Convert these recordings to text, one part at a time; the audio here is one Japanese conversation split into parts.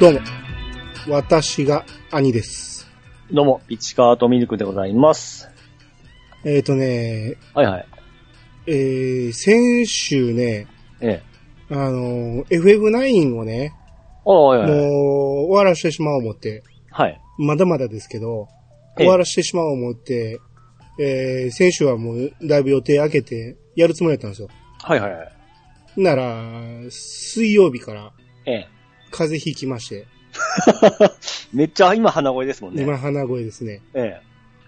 どうも。私が兄です。どうも、ピチカートミルクでございます。えっ、ー、とね、はいはい。えー、先週ね、ええ。あのー、FF9 をね、ああ、はいもうはい。終わらしてしまおう思って、はい。まだまだですけど、ええ終わらしてしまおう思って、えー、先週はもうだいぶ予定開けてやるつもりだったんですよ。はいはいはい。なら、水曜日からええ。風邪ひきまして、めっちゃ今鼻声ですもんね。今鼻声ですね。え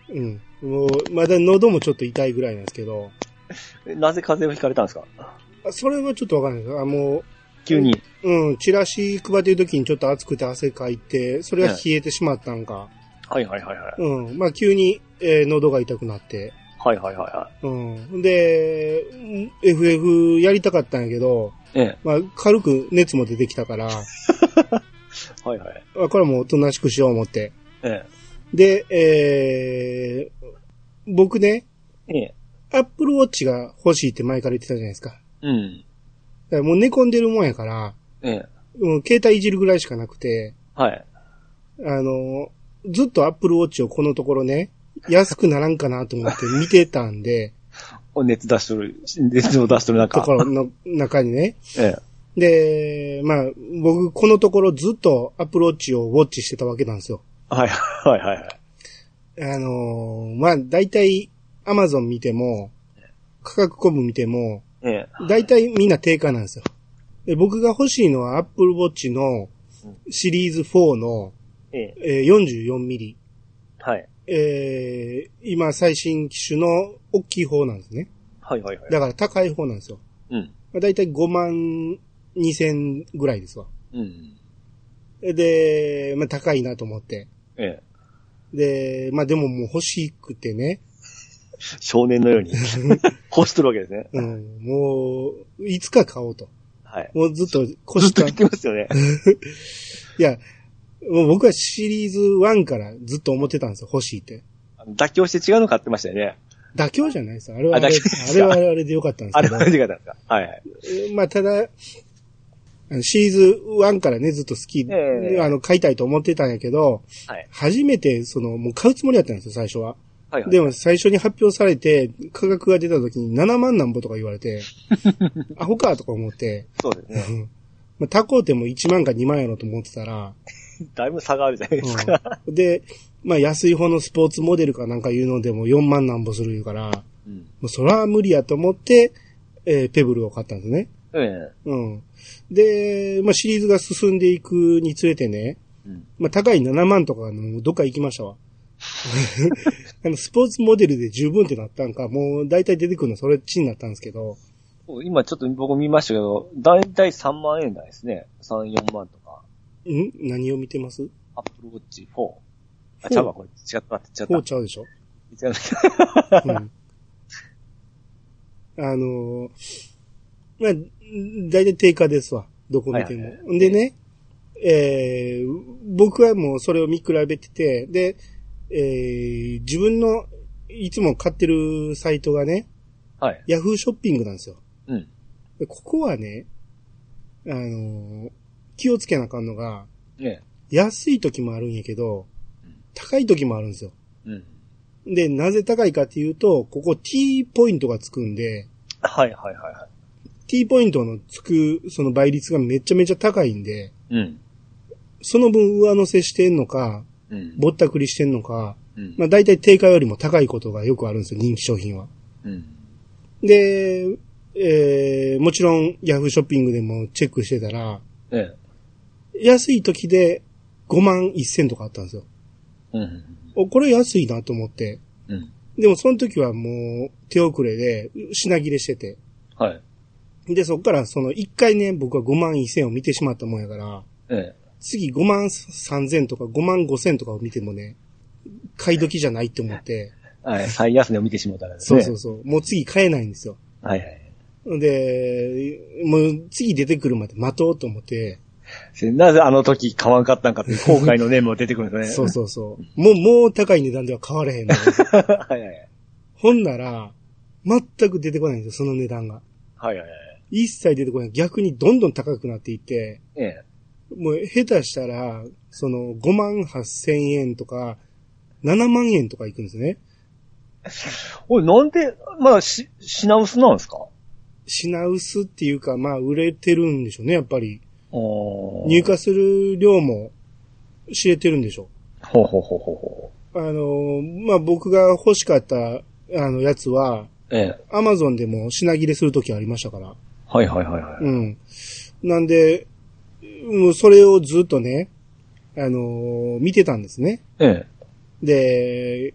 うん。もう、まだ喉もちょっと痛いぐらいなんですけど、え。なぜ風邪をひかれたんですかあそれはちょっとわかんないです。あ、もう、急に。うん、チラシ配ってる時にちょっと暑くて汗かいて、それが冷えてしまったんか。はいはいはいはい。うん、まあ急に、えー喉が痛くなって。はいはいはいはうん。で、うん FF やりたかったんやけど、い。ええ。まあ軽く熱も出てきたから、はいはい。あこれはもうおとなしくしよう思って。えで、えー、僕ね、え。ええ。 Apple Watch が欲しいって前から言ってたじゃないですか。だかうん。らもう寝込んでるもんやから、ええ。もう携帯いじるぐらいしかなくて、はい。あの、ずっとアップルウォッチをこのところね、安くならんかなと思って見てたんで、お熱出しとる、熱を出しとると中こ。ろの中にね。ええ。で、まあ、僕、このところずっとアップルウォッチをウォッチしてたわけなんですよ。はいはいはいはい。あのーまあ、大体、アマゾン見ても、価格コム見ても、ええ。大体みんな定価なんですよ。で僕が欲しいのはアップルウォッチのシリーズ4の、ええ。えー44ミリ。はい。えー今最新機種の大きい方なんですね。はいはいはい。だから高い方なんですよ。うん。まあだいたい5万2千ぐらいですわ。うん。で、まあ高いなと思って。ええ。で、まあでももう欲しくてね。少年のように。欲しとるわけですね。うん、もう、いつか買おうと。はい。もうずっとず腰った。と言っいてますよね。や、もう僕はシリーズ1からずっと思ってたんですよ。欲しいって。あの妥協して 違うの買ってましたよね。妥協じゃないですよ。あれはあれあ妥協あれはあれあれでよかったんですあけれどは間。違えたんですかはいはい。えーまあ、ただ、あのシリーズ1からね、ずっと好き、ええあの、買いたいと思ってたんやけど、はい初めて、その、もう買うつもりだったんですよ、最初は。はいはい。でも、最初に発表されて、価格が出た時に7万なんぼとか言われ て、アホかとか思って、そうですね。まあ、他校でも1万か2万やろと思ってたら、だいぶ差があるじゃないですか。うんで、まあ、安い方のスポーツモデルかなんかいうのでも4万なんぼする言うから、もうん。うそれは無理やと思って、えーペブルを買ったんですね。ええ。うん。で、まあ、シリーズが進んでいくにつれてね、うんまあ、高い7万とかのどっか行きましたわ。あの、スポーツモデルで十分ってなったんか、もう大体出てくるのそれっちになったんですけど、今ちょっと僕見ましたけど、だいたい3万円台ですね。3、4万とか。ん何を見てますアップルウォッチ4。あ、ちゃうわ、これ。違った、違った。こ違うちゃうでしょ、った。うん、 あのーまあ、大体低下ですわ。どこ見ても。はいはいでね、えー僕はもうそれを見比べてて、で、えー自分のいつも買ってるサイトがね、はい。ヤフーショッピングなんですよ。うん。でここはね、あのー気をつけなあかんのが、ね安い時もあるんやけどうん、高い時もあるんですよ。え。うん。で、なぜ高いかっていうと、ここ T ポイントがつくんで、はいはいはいは T ポイントのつく、その倍率がめちゃめちゃ高いんで、い。うん。その分上乗せしてんのか、うん。ぼったくりしてんのか、うん。まあ大体定価よりも高いことがよくあるんですよ、人気商品は。うん。で、えー、もちろん Yahoo ショッピングでもチェックしてたら、ええ。安い時で5万1000とかあったんですよ。うん。お、これ安いなと思って。うん。でもその時はもう手遅れで品切れしてて。はい。で、そっからその一回ね、僕は5万1000を見てしまったもんやから、ええ。次5万3000とか5万5000とかを見てもね、買い時じゃないって思って、はい。最安値を見てしまったらですそね。うそうそう、もう次買えないんですよ。はいはい。で、もう次出てくるまで待とうと思って、なぜあの時買わんかったんかっていう後悔の念も出てくるんですね。そうそうそう、もう、もう高い値段では買われへんの。 はいはい。ほんなら、全く出てこないんですよ、その値段が。はいはいはい。一切出てこない。逆にどんどん高くなっていって、ええ。もう下手したら、その5万8千円とか、7万円とかいくんですね。おい、なんで、まだし、品薄なんですか品薄っていうか、まあ売れてるんでしょうね、やっぱり。おー入荷する量も知れてるんでしょほうほうほうほうほう。あの、まあ僕が欲しかった、あの、やつは、う。ええ。アマゾンでも品切れするときありましたから。はいはいはいはい。うん。なんで、もうそれをずっとね、あのー見てたんですね。ええ。で、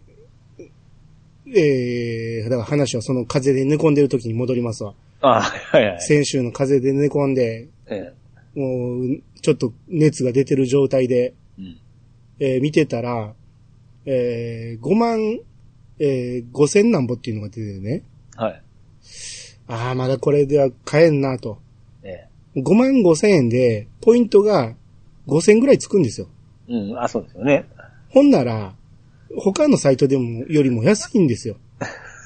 えー、だから話はその風邪で寝込んでる時に戻りますわ。あはいはいはい。先週の風邪で寝込んで、ええ。もう、ちょっと熱が出てる状態で、うん。えー見てたら、えー、5万、えー、5千なんぼっていうのが出ててね。はい。ああ、まだこれでは買えんなと。ええ。 5万5千円で、ポイントが5千ぐらいつくんですよ。うん、あ、そうですよね。 ほんなら、他のサイトでも、よりも安いんですよ。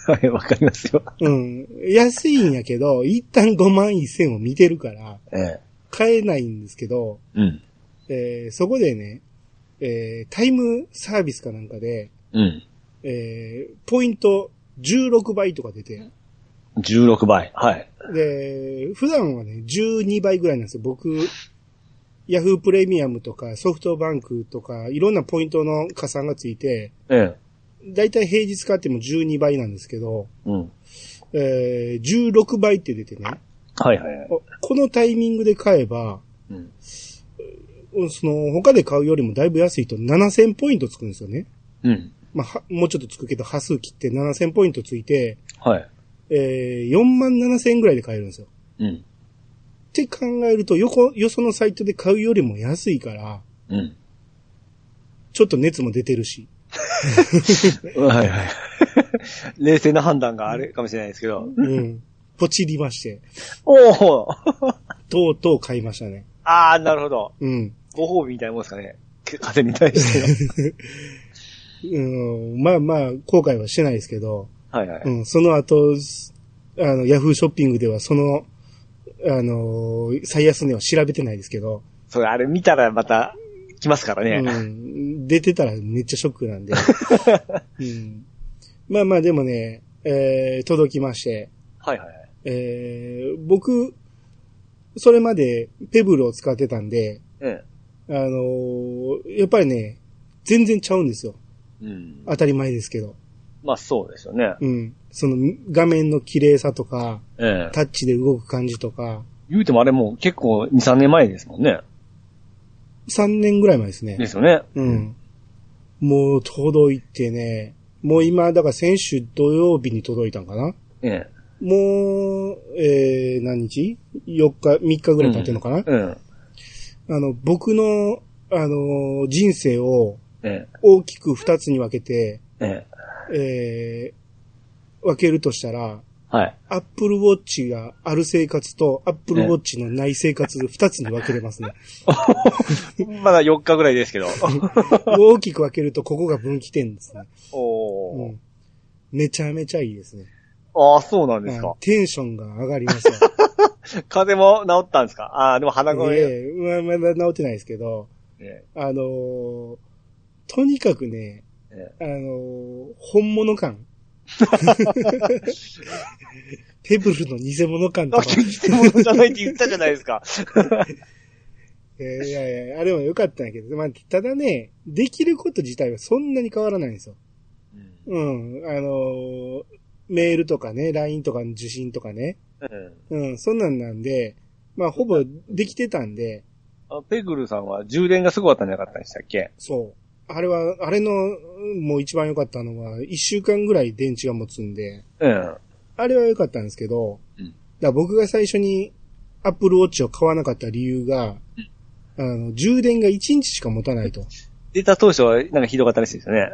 はい、わかりますよ。うん。安いんやけど、一旦5万1千を見てるから、ええ。買えないんですけど、うん。えーそこでね、えータイムサービスかなんかで、うん。えーポイント16倍とか出て、 16倍。はい。で、普段はね、12倍ぐらいなんですよ。僕、ヤフープレミアムとかソフトバンクとか、いろんなポイントの加算がついて、ええ。だいたい平日買っても12倍なんですけど、うん。えー16倍って出てね、はいはいはい。おこのタイミングで買えば、うん。うんその、他で買うよりもだいぶ安いと7000ポイントつくんですよね。うん。まあ、はもうちょっとつくけど、端数切って7000ポイントついて、はい。えー、4万7000円ぐらいで買えるんですよ。うん。って考えると、よこ、よそのサイトで買うよりも安いから、うん。ちょっと熱も出てるし。はいはい。冷静な判断があるかもしれないですけど。うん。ポチりまして、おおとうとう買いましたね。ああ、なるほど。うん。ご褒美みたいなもんですかね。風に対 してうん、まあまあ、後悔はしてないですけど、の。はいはい。うん、その後、すあの、ヤフーショッピングではその、あのー最安値を調べてないですけど、それ、あれ見たらまた来ますからうね。ん、出てたらめっちゃショックなんで。うん、まあまあでもね、えー届きまして、はいはいはい。えー僕、それまでペブルを使ってたんで、えあのーやっぱりね、全然ちゃうんですよ。え。うん。当たり前ですけど。まあそうですよね。うん。その画面の綺麗さとか、ええ。タッチで動く感じとか、言うてもあれもう結構2、3年前ですもんね。 3年ぐらい前ですね。ですよね。うん。もう届いてね、もう今、だから先週土曜日に届いたんかなええ。もう、えー、何日 ?4 日、3日ぐらい経ってるのかな、うん。あの、僕の、あのー人生をえ大きく2つに分けて、え。ええ。えー、分けるとしたら、はい。アップルウォッチがある生活と、アップルウォッチのない生活2つに分けれますね。 まだ4日ぐらいですけど。大きく分けると、ここが分岐点ですね。 おうー。ん。めちゃめちゃいいですね。ああ、そうなんですあか。テンションが上がりますよ。風邪も治ったんですか ああ、でも鼻声。えええまあまだ治ってないですけど、えあのーとにかくね、えあのー本物感。 ペブルの偽物 感え。とあ、か。偽物じゃないって言ったじゃないですか。ええいやいや、あれも良かったんやけど、まあ、ただね、できること自体はそんなに変わらないんですよ。うんうん、あのーメールとかね、LINE とかの受信とかね、うんうん、そんなんなんで、まあ、ほぼできてたんで、あペグルさんは充電がすごかったんじゃなかったんでしたっけそう。あれは、あれの、うんもう一番良かったのは、一週間ぐらい電池が持つんで、うん。あれは良かったんですけど、うんだから僕が最初に Apple Watch を買わなかった理由が、あの、充電が1日しか持たないと。出た当初はなんかひどかったらしいですよね。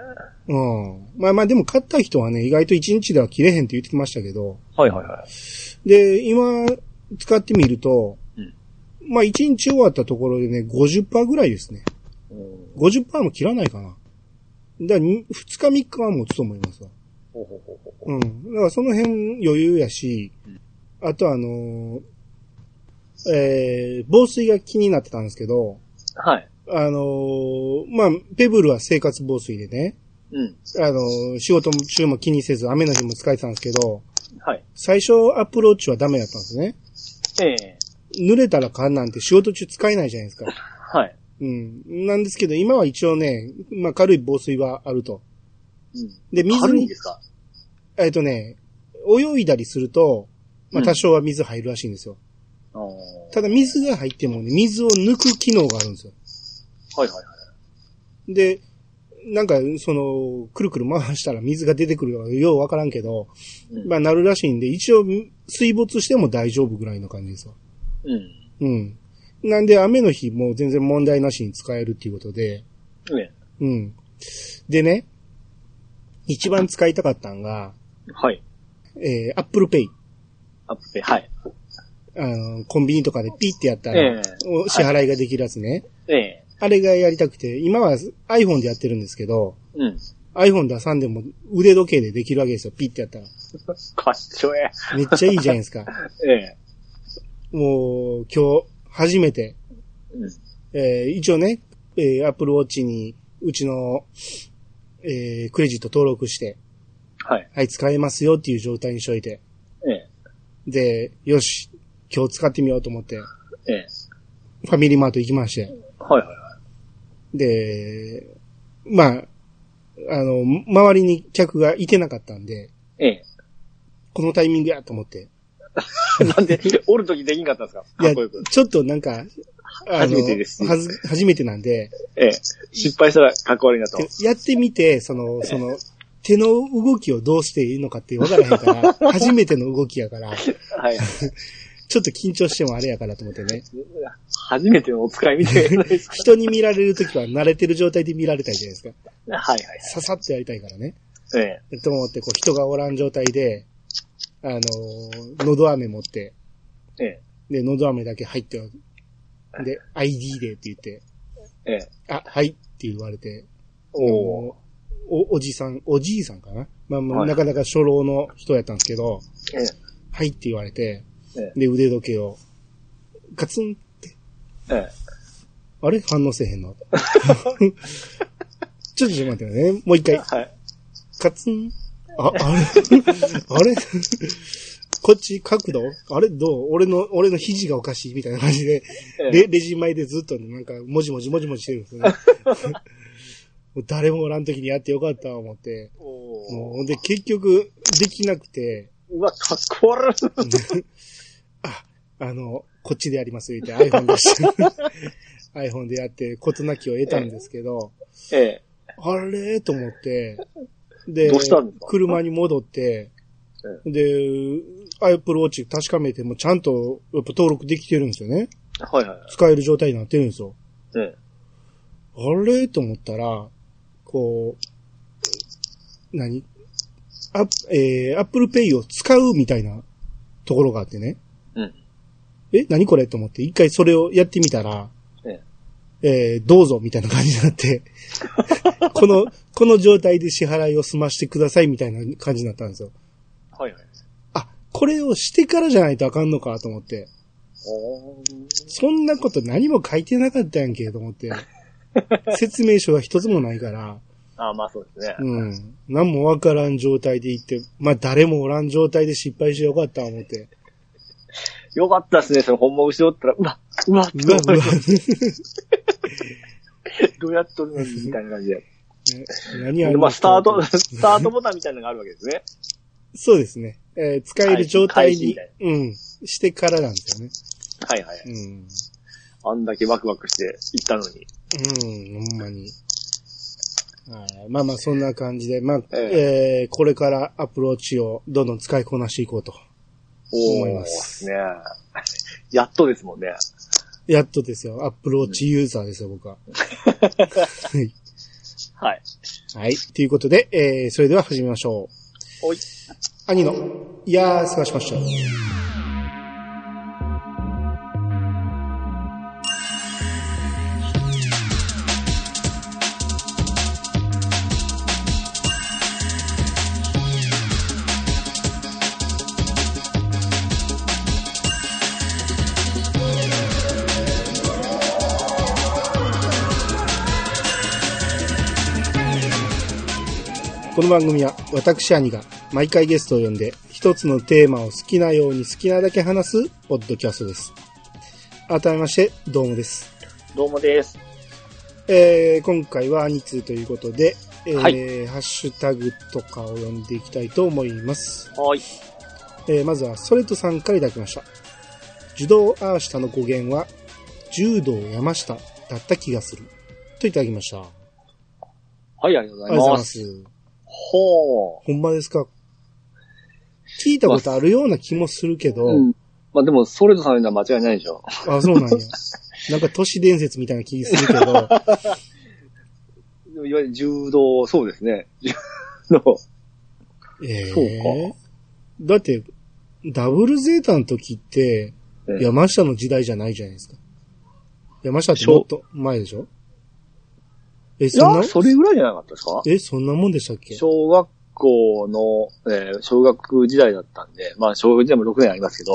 うん。まあまあでも買った人はね、意外と1日では切れへんって言ってましたけど、はいはいはい。で、今、使ってみると、うんまあ1日終わったところでね、50%ぐらいですね。うん50%も切らないかな。だからに2日3日は持つと思いますわ。ほうほうほうほうほううん。だからその辺余裕やしうん、あとあのーえー、防水が気になってたんですけど、はい。あのーまあ、ペブルは生活防水でね、うん。あのー仕事中も気にせず雨の日も使えてたんですけど、はい。最初アプローチはダメだったんですね。ええ濡れたら缶なんて仕事中使えないじゃないですか。はい。うん。なんですけど、今は一応ね、まあ、軽い防水はあると。うん。で、水軽いんにで、すかえっとね、泳いだりすると、まあ、うん多少は水入るらしいんですよ。あーはただ水が入ってもね、水を抜く機能があるんですよ。いはいはい。で、なんか、その、くるくる回したら水が出てくるようようわからんけど、うん。まあ、なるらしいんで、一応、水没しても大丈夫ぐらいの感じですよ。うん。うん。なんで、雨の日も全然問題なしに使えるっていうことで、ねうん。でね、一番使いたかったんが、はい。えー、Apple Pay。アップペイはい。あの、コンビニとかでピッてやったえら、えお支払いができるやつね。ええあれがやりたくて、今は iPhone でやってるんですけど、うん。 iPhone 出さんでも腕時計でできるわけですよ、ピッてやったら。かっちょえめっちゃいいじゃない ですか。え。えもう、今日、初めて、え。うん。えー一応ね、えー、Apple Watch に、うちの、えークレジット登録して、はい。はい、使えますよっていう状態にしといて。ええ。で、よし、今日使ってみようと思って、ええ。ファミリーマート行きまして。はいはいはで、まあ、あの、周りに客がいてなかったんで、い。え このタイミングやと思って。え。なんで、おるときできんかったんですかいかっや、こよく。ちょっとなんか、あ初めてですはず初めてなんで、ええ。失敗したらかっこ悪いなと。でやってみて、その、その、手の動きをどうしていいのかって分からへん から、初めての動きやから、ちはい。ょっと緊張してもあれやからと思ってね。初めてのお使いみたい な。はいはい人に見られるときは慣れてる状態で見られたいじゃないですか。はい。ささっとやりたいからね。ええ。と思って、こう人がおらん状態で、あのー、喉飴持って、ええ。で、喉飴だけ入って、で、ID でって言って、ええ。あ、はいって言われて、おーお、おじさん、おじいさんかなまあまあ、はいなかなか初老の人やったんですけど、ええ。はいって言われて、えで、腕時計を、ガツン、え。えあれ反応せえへ んのちょっとちょっと待ってね。もう一え。回、はい。カツン。あ、あれあれこっち角度あれどう俺の、俺の肘がおかしいみたいな感じで、えレえ。レジ前でずっとなんか、もじもじもじもじしてるんですよ ね。もう誰もおらん時にやってよかった思って。もうおーほんで、結局、できなくて、うわ、かっこ悪い。あ、あの、こっちでやります 言って iPhone でして、iPhone でやって、事なきを得たんですけど、ええ。あれと思って、でどうしたんですか、車に戻って、で、Apple Watch 確かめてもちゃんとやっぱ登録できてるんですよね。はいはいは使える状態になってるんですよ。い。えあれと思ったら、こう、何あ、えー、Apple Pay を使うみたいなところがあってね。え。うん。え、何これと思って、一回それをやってみたら、ええーどうぞみたいな感じにな って、この、この状態で支払いを済ましてくださいみたいな感じになったんですよ。はいはい。あ、これをしてからじゃないとあかんのかと思って、おーそんなこと何も書いてなかったやんけと思 って、説明書が一つもないから、あーまあそうですね。うん。何もわからん状態で行って、まあ誰もおらん状態で失敗してよかった思って。よかったですね、その本物後ろったら、うわ、うわ、うわ、うわ、どうやっとるのみたいな感じで。 ね何やでるまあ、スタート、スタートボタンみたいなのがあるわけですね。そうですね。えー使える状態に、開うん、してからなんですよね。はいはい。うん。あんだけワクワクして行ったのに。うん、ほんまに。はいまあまあ、そんな感じで、まあ、ええーこれからアプローチをどんどん使いこなしていこうと。お思いーまですね。 やっとですもんね。やっとですよ、アプローチユーザーですよ、僕は。はいはい。はい。ということで、えーそれでは始めましょう。おい。兄の、いやー、探しました。 「この番組は私兄が毎回ゲストを呼んで一つのテーマを好きなように好きなだけ話すポッドキャストです。改めまして、どうもです。どうもです。えー、今回は兄通ということで、えーはハッシュタグとかを読んでいきたいと思います。はい。えーまずはソレトさんからいただきました。受動アーシタの語源は、柔道山下だった気がする。といただきました。あはい、ありがとうごりがざとうございいま。ますす。ほほんまですか聞いたことあるような気もするけど、う。うん。まあでも、ソレドさんの言うのは間違いないでしょ。あ、そうなんや。なんか都市伝説みたいな気するけ ど、いわゆる柔道、そうですね。柔道。えー、そうだって、ダブルゼータの時って、ええ山下の時代じゃないじゃないですか。山下ってもっと前でしょえ、いそんや、な、それぐらいじゃなかったですかえ、そんなもんでしたっけ小学校の、えー小学時代だったんで、まあ小学時代も6年ありますけ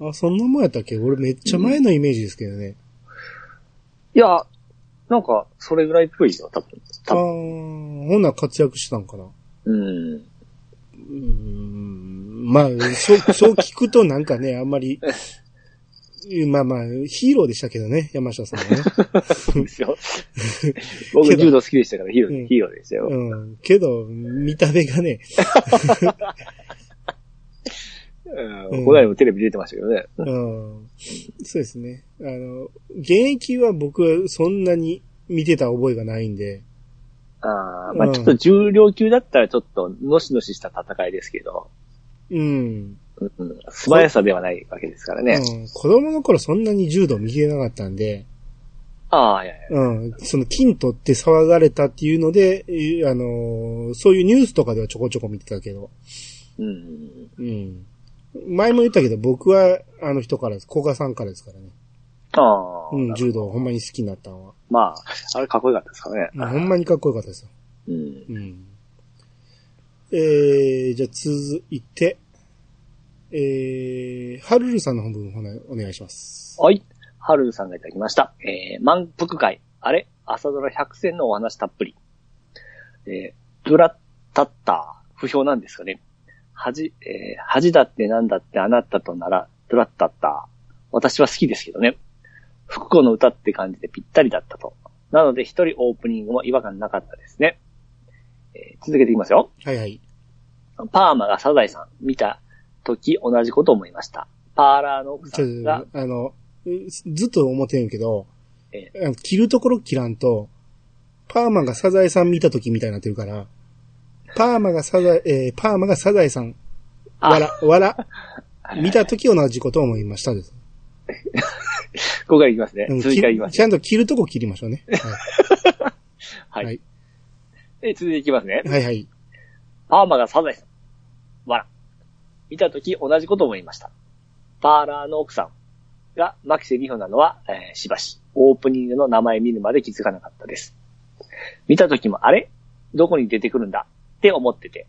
ど、あ、そんなもんやったっけ俺めっちゃ前のイメージですけどね。 いや、なんか、それぐらいっぽいよ、多分。あ多分ー、ほな活躍してたんかな。 うん。うーんまあ、そう、そう聞くとなんかね、あんま り、まあまあ、ヒーローでしたけどね、山下さんはね。そうですよ。僕柔道好きでしたから、ヒーうんロー、ヒーローでしたよ。うん。けど、見た目がね、うんうんこの間もテレビ出てましたけどね。うん。そうですね。あの、現役は僕はそんなに見てた覚えがないんで、あーまうあんちょっと重量級だったらちょっと、のしのしした戦いですけど、うん。うん素早さではないわけですからね。うん、子供の頃そんなに柔道見てなかったんで、ああ、いやいや。うん。その金取って騒がれたっていうので、えーあのーそういうニュースとかではちょこちょこ見てたけど、うん。うん。前も言ったけど、僕はあの人からです。古賀さんからですからね。ああ、うん、柔道ほんまに好きになったのは。まあ、あれかっこよかったですかね。うんほんまにかっこよかったですよ。うん。うん。えー、じゃあ続いて、えー、はるるさんの本文ほなお願いします。はい。はるるさんがいただきました。えー、満腹会。あれ朝ドラ100選のお話たっぷり。えー、ドラタッター、不評なんですかね。恥、えー、恥だってなんだってあなたとなら、ドラッタッター。私は好きですけどね。福子の歌って感じでぴったりだったと。なので一人オープニングも違和感なかったですね。えー、続けていきますよ。はいはい。パーマがサザエさん見た時同じこと思いました。パーラーの奥ちさょんっがと、、あの、ずっと思ってんけど、えあの切るところ切らんと、パーマがサザエさん見た時みたいになってるから、パーマがサザエ、えー、パーマがサザエさん、あわら、わら、見た時同じことを思いま したです。ここからいきますねう。ん続きからいきま切すちね。ゃんと切るとこ切りましょうね。は はい。はいで、続いていきますねい。。はいはい。パーマがサザエさん。わら。見たとき同じこと思いました。パーラーの奥さんが牧瀬美穂なのは、えーしばし。オープニングの名前見るまで気づかなかったです。見たときもあれどこに出てくるんだって思ってて。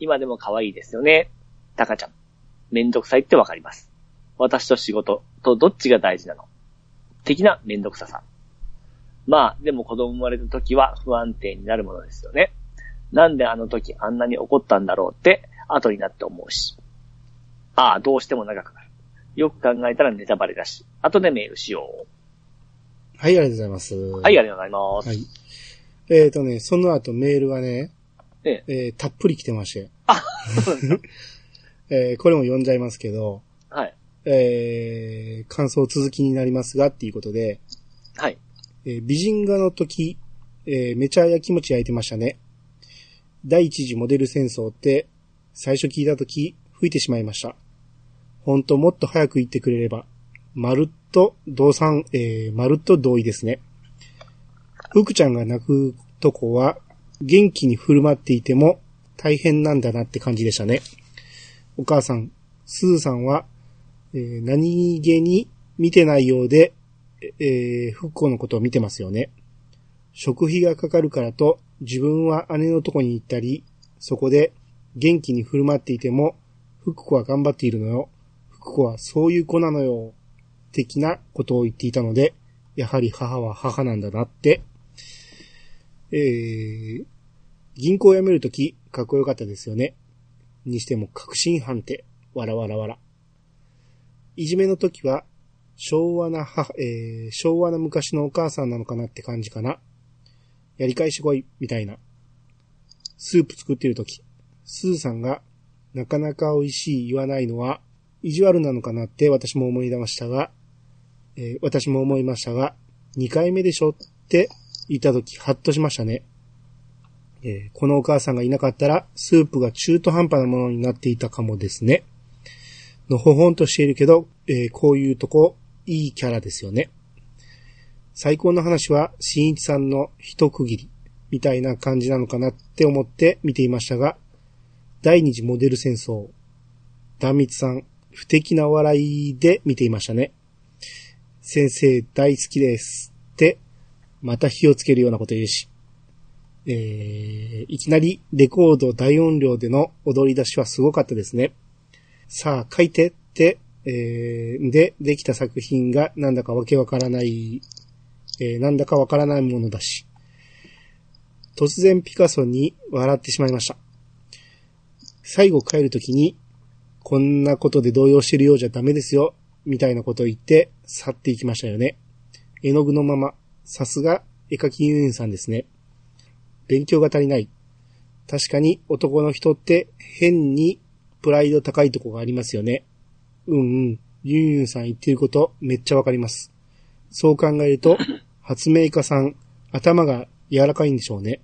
今でも可愛いですよね。タカちゃん。めんどくさいってわかります。私と仕事とどっちが大事なの的なめんどくささ。まあ、でも子供生まれた時は不安定になるものですよね。なんであの時あんなに怒ったんだろうって、後になって思うし。ああ、どうしても長くなる。よく考えたらネタバレだし、後でメールしよはい、ありがとうございます。う。ははい、ありがとうございます。はい。えっ、とね、その後メールがね、え えーたっぷり来てまして。そうですえーこれも読んじゃいますけど、はい。えー感想続きになりますがっていうことで、はい。えー美人画の時、えーめちゃやきもち焼いてましたね。第一次モデル戦争って、最初聞いた時、吹いてしまいました。ほんともっと早く言ってくれれば、まるっと同賛、えー、まるっと同意ですね。福ちゃんが泣くとこは、元気に振る舞っていても、大変なんだなって感じでしたね。お母さん、すーさんは、えー何気に見てないようで、えー、復興のことを見てますよね。食費がかかるからと、自分は姉のとこに行ったり、そこで元気に振る舞っていても、福子は頑張っているのよ。福子はそういう子なのよ。的なことを言っていたので、やはり母は母なんだなって。ええー、銀行を辞めるとき、かっこよかったですよね。にしても、確信犯って、わらわらわら。いじめのときは、昭和な母、えー、昭和な昔のお母さんなのかなって感じかな。やり返してこい、みたいな。スープ作ってるとき、スーさんが、なかなか美味しい言わないのは、意地悪なのかなって私も思い出ましたが、えー私も思いましたが、2回目でしょって言ったとき、ハッとしましたね。えーこのお母さんがいなかったら、スープが中途半端なものになっていたかもですね。のほほんとしているけど、えーこういうとこ、いいキャラですよね。最高の話は、新一さんの一区切り、みたいな感じなのかなって思って見ていましたが、第二次モデル戦争、壇蜜さん、不敵な笑いで見ていましたね。先生大好きですって、また火をつけるようなこと言うし、えー、いきなりレコード大音量での踊り出しはすごかったですね。さあ書いてって、えー、で、できた作品がなんだかわけわからない、えー、なんだかわからないものだし、突然ピカソに笑ってしまいました。最後帰るときに、こんなことで動揺してるようじゃダメですよ、みたいなことを言って去っていきましたよね。絵の具のまま、さすが絵描き遊園さんですね。勉強が足りない。確かに男の人って変にプライド高いとこがありますよね。うんうん。ユンユンさん言ってることめっちゃわかります。そう考えると、発明家さん、頭が柔らかいんでしょうね。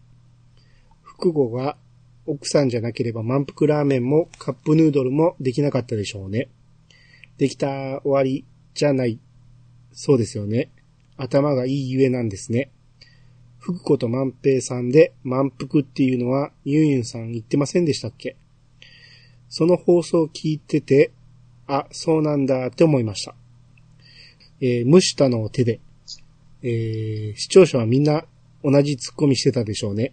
複合が奥さんじゃなければ満腹ラーメンもカップヌードルもできなかったでしょうね。できた終わりじゃない。そうですよね。頭がいいゆえなんですね。福子と万平さんで満腹っていうのはユンユンさん言ってませんでしたっけその放送を聞いてて、あ、そうなんだって思いました。えー蒸したのを手で。えー視聴者はみんな同じツッコミしてたでしょうね。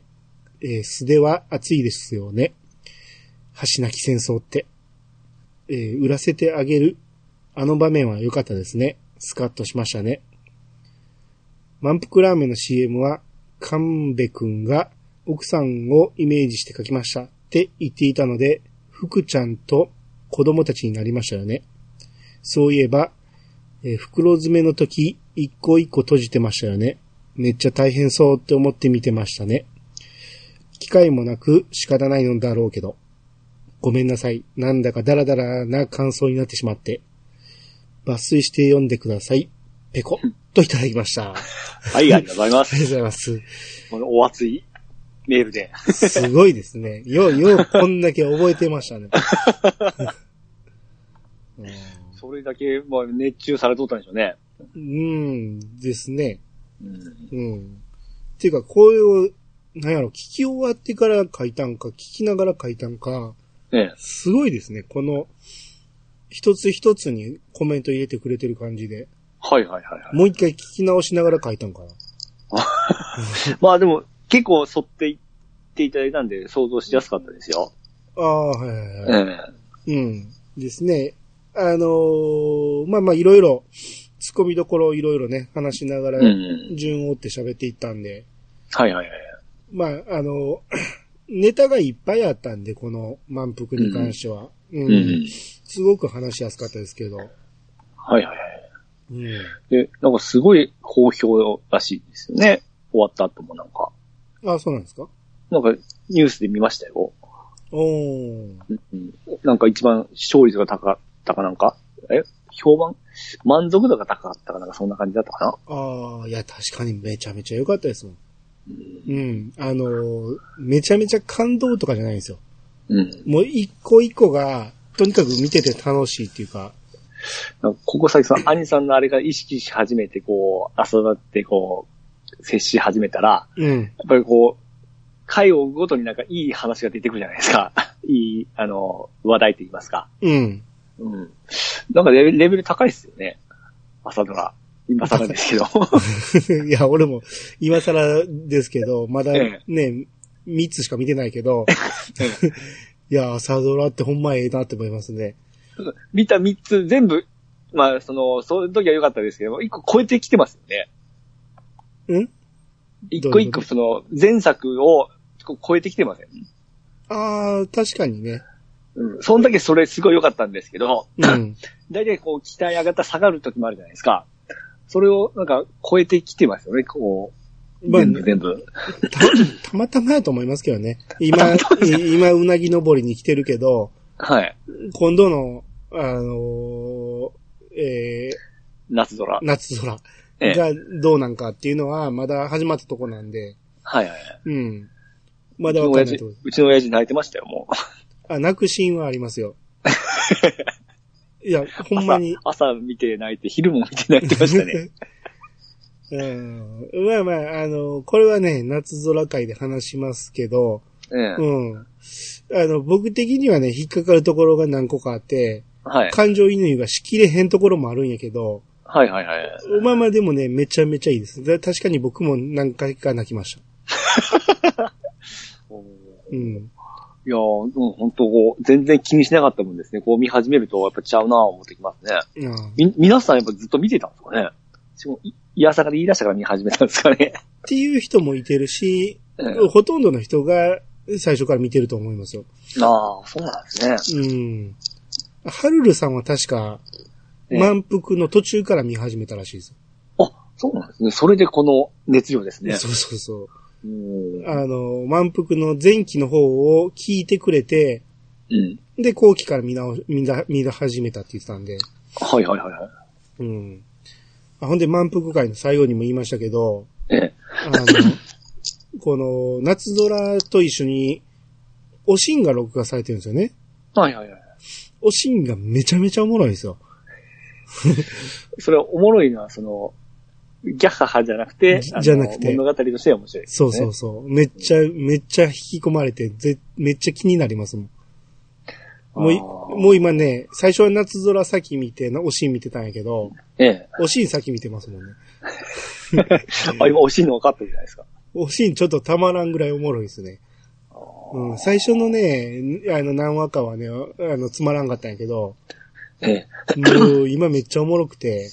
えー素手は熱いですよね。橋なき戦争って。えー売らせてあげる。あの場面は良かったですね。スカッとしましたね。満腹ラーメンの CM は、神戸くんが奥さんをイメージして書きましたって言っていたので、福ちゃんと子供たちになりましたよね。そういえば、えー袋詰めの時、一個一個閉じてましたよね。めっちゃ大変そうって思って見てましたね。機会もなく仕方ないのだろうけど。ごめんなさい。なんだかダラダラな感想になってしまって。抜粋して読んでください。ペコッといただきました。あはい、ありがとうござりいまがとうす。ございます。このお熱いメールで。すごいですね。よう、よう、こんだけ覚えてましたね。うんそれだけ、まあ、熱中されとったんでしょうね。うん、ですね。うん。うん。ていうか、こういう、なんやろ、聞き終わってから書いたんか、聞きながら書いたんか、ねすごいですね。この、一つ一つにコメント入れてくれてる感じで。はいはいはいはい。もう一回聞き直しながら書いたんかな。まあでも、結構沿っていっていただいたんで、想像しやすかったですよ。ああ、はいはいはい。えうん。ですね。あのーまあまあ、いろいろ、突っ込みどころをいろいろね、話しながえらう、ん。順を追って喋っていったんで、はいはいはい。まあ、あの、 ネタがいっぱいあったんで、この満腹に関しては。うんうん。すごく話しやすかったですけど。はいはいはい。うん。で、なんかすごい好評らしいですよね。終わった後もなんか。あ、そうなんですかなんかニュースで見ましたよ。おー。うん、なんか一番視聴率が高かったかなんか。え評判満足度が高かったかなんかそんな感じだったかな。ああ、いや、確かにめちゃめちゃ良かったですもん。うん。うん。あのーめちゃめちゃ感動とかじゃないんですよ。うん。もう一個一個が、とにかく見てて楽しいっていうか、なんかここ最近その兄さんのあれが意識し始めて、こう、朝だってこう、接し始めたら、うん。やっぱりこう、回を追うごとになんかいい話が出てくるじゃないですか。 いい、あの、話題と言いますか。うん。 うん。なんかレベルレベル高いっすよね。朝ドラ。今更ですけど。いや、俺も、今更ですけど、まだえね、3つしか見てないけど、 いや、朝ドラってほんまええなって思いますね。 見た3つ全部、まあ、その、そういう時は良かったですけども、1個超えてきてますよね。ん一個一個その、前作をこ超えてきてません。ああ、確かにね。うん。そんだけそれすごい良かったんですけど、うん。大体こう、期待上がった下がる時もあるじゃないですか。それをなんか超えてきてますよね、こう。まあ全、部全部。た、たまたまやと思いますけどね。 今、い今、うなぎ登りに来てるけど、はい。今度の、あのーえー、夏空。夏空ええ。がどうなんかっていうのは、まだ始まったとこなんで、はいはい。うん。まうちだのわかん親ない父とこです、うちの親父泣いてましたよ、もう。あ、泣くシーンはあります よ。いや、ほんまに。朝、朝見て泣いて、昼も見て泣いてまし たね。うん。まあまあ、あの、これはね、夏空会で話しますけど、うん。うん。あの、僕的にはね、引っかかるところが何個かあって、はい。感情移入がしきれへんところもあるんやけど、はいはいはい。まあまあでもね、めちゃめちゃいいです。だ確かに僕も何回か泣きました。おーうん。いやー、うん、本当こう、全然気にしなかったもんですね。こう見始めると、やっぱちゃうなー思ってきますね。ああみ、皆さんやっぱずっと見てたんですかねしかもい、いやさかで言い出したから見始めたんですかね。っていう人もいてるし、うんほとんどの人が最初から見てると思いますよ。ああ、そうなんですね。うん。ハルルさんは確か、ええ満腹の途中から見始めたらしいです。あ、そうなんですね。それでこの熱量ですね。そうそうそう。うん。あの、満腹の前期の方を聞いてくれて、うん。で、後期から見直、見だ、見だ始めたって言ってたんで。はいはいはいはい。うん。あほんで、満腹会の最後にも言いましたけど、ええ。あ の、この、夏空と一緒に、おしんが録画されてるんですよね。はいはいはい。おしんがめちゃめちゃおもろいんですよ。それおもろいのは、その、ギャッハハじゃなくて、じあのじゃなくて物語としては面白いですそね。うそうそう。めっちゃ、めっちゃ引き込まれて、ぜ、めっちゃ気になりますもん。もうい、あーもう今ね、最初は夏空先見て、なおしん見てたんやけど、ええ。おしん先見てますもんね。あ、今惜しいの分かったじゃないですか。おしんちょっとたまらんぐらいおもろいですね。うん、最初のね、あの何話かはね、あの、つまらんかったんやけど、 ええ。もう今めっちゃおもろくて、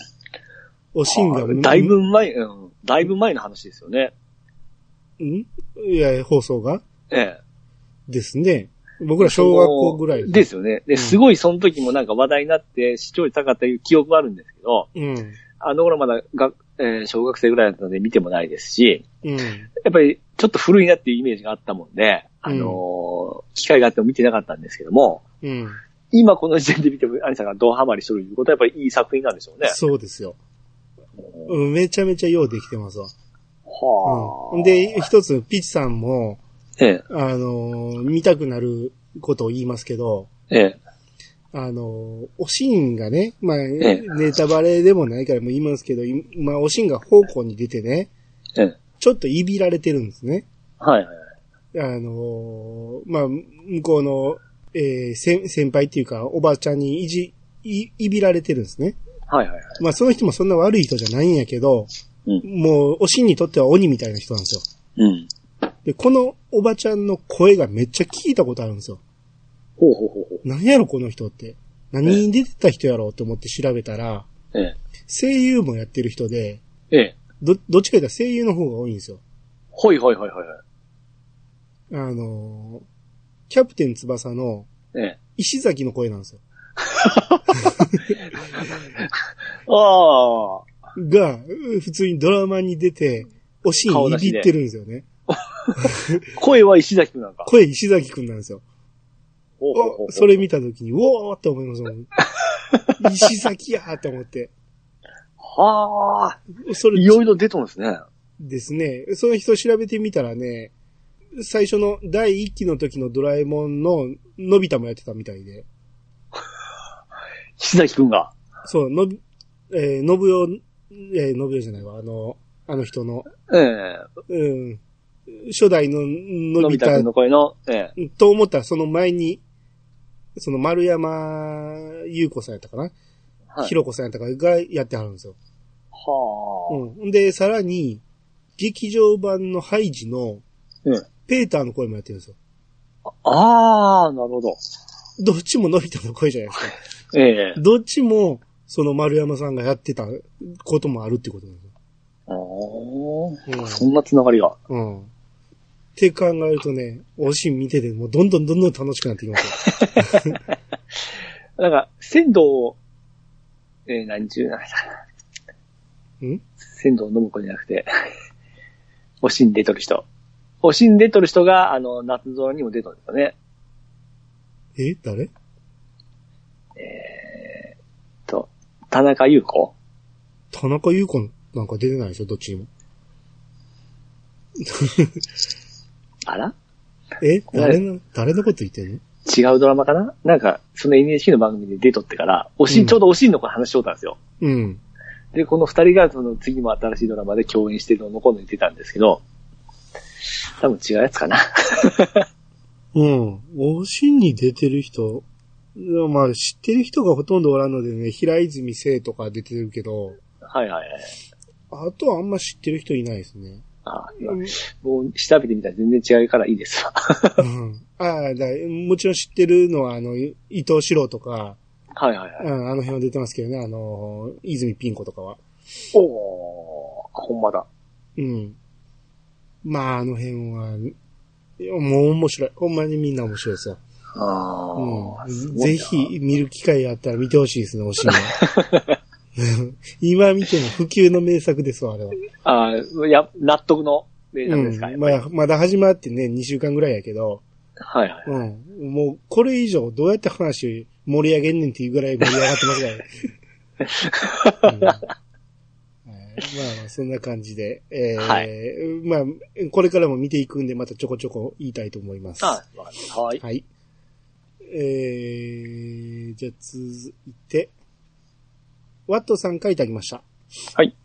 おしんがあ、だいぶ前、うん。だいぶ前の話ですよね。んいや、放送がええ。ですね。僕ら小学校ぐらいですよね。うで、んすごいその時もなんか話題になって視聴率高かったいう記憶はあるんですけど、うん。あの頃まだが、えー小学生ぐらいだったので見てもないですし、うん。やっぱりちょっと古いなっていうイメージがあったもんで、あのー機会があっても見てなかったんですけども、うん。今この時点で見ても、アニさんがドハマりしてるということはやっぱりいい作品なんでしょうね。そうですよ。うんめちゃめちゃようできてますわ。はあ、うん、で、一つ、ピチさんも、ええ、あのー見たくなることを言いますけど、ええ、あのーおしんがね、まあ、えネタバレでもないからもう言いますけど、いまあ、おしんが方向に出てね、ええ、ちょっといびられてるんですね。はいはいはい。あのーまあ、向こうの、えー先先輩っていうか、おばあちゃんにいじ、い、いびられてるんですね。はいはいはい。まあ、その人もそんな悪い人じゃないんやけど、うんもう、おしんにとっては鬼みたいな人なんですよ。うん。で、このおばちゃんの声がめっちゃ聞いたことあるんですよ。ほうほうほうほう。何やろこの人って。何に出てた人やろうと思って調べたら、え声優もやってる人で、え、ええ。ど、どっちか言ったら声優の方が多いんですよ。ほいほいほいほいほい。あのーキャプテン翼のええ。石崎の声なんですよ。ああ。が、う普通にドラマに出て、おしん顔い出しびでってるんですよね。声は石崎くんなんか。声石崎くんなんですよ。ほうほうほうほおうそれ見たときに、うおーって思いますも ん。石崎やーって思って。はあ。それいろいろ出とんですね。ですね。その人を調べてみたらね、最初の第1期の時のドラえもんののび太もやってたみたいで。石崎くんが。そう、のび、えー、のぶよ、えー、のぶよじゃないわ、あの、あの人の、ええうん、初代のののびび太くん太の声の、ええと思ったらその前に、その丸山優子さんやったかな、はいひろこさんやったかがやってはるんですよ。はうん。で、さらに、劇場版のハイジの、うんペーターの声もやってるんですよ。あ。ああ、なるほど。どっちものび太の声じゃないですか。 ええどっちも、その丸山さんがやってたこともあるってことなんですよ。おーうんそんなつながりが。うん。って考えるとね、おしん見てて、もうどんどんどんどん楽しくなってき ますよ。なんか、仙道、えー何十なうん仙道飲む子じゃなくて、おしん出とる人。おしん出とる人が、あの、夏空にも出とるんですよね。え誰えー、と、田中優子田中優子なんか出てないですよ、どっちにも。あらえ誰の、誰のこと言ってんの違うドラマかななんか、その NHK の番組で出とってから、おしうんん、ちょうどおしんの子の話しとったんですよ。うん。で、この二人がその次も新しいドラマで共演してるのを残に出たんですけど、多分違うやつかな。 うん。おしんに出てる人、まあ知ってる人がほとんどおらんのでね、平泉聖とか出てるけど、はいはいはい。あとはあんま知ってる人いないですね。あ今うんもう調べてみたら全然違うからいいですわ。 うんああ、だもちろん知ってるのは、あの、伊藤四郎とか、はいはいはい。うんあの辺は出てますけどね、あの、泉ピン子とかは。おおー、ほんまだ。うん。まあ、あの辺は、いやもう面白い。ほんまにみんな面白いですよ。あーすうん、ごいぜなひ見る機会あったら見てほしいですね、おしんは。 今見ても普及の名作ですわ、あれは。あーいや、納得の名う作ですか、ん、やっぱまりあまだ始まってね、2週間ぐらいやけど、はいはい。うん。もう、これ以上どうやって話を盛り上げんねんっていうぐらい盛り上がってますからね。うんはいまあまあ、そんな感じで。えーはまあ、これからも見ていくんで、またちょこちょこ言いたいと思います。あーわかりましたはい。はい。えー、じゃあ続いて、ワットさんからいただきました。はい。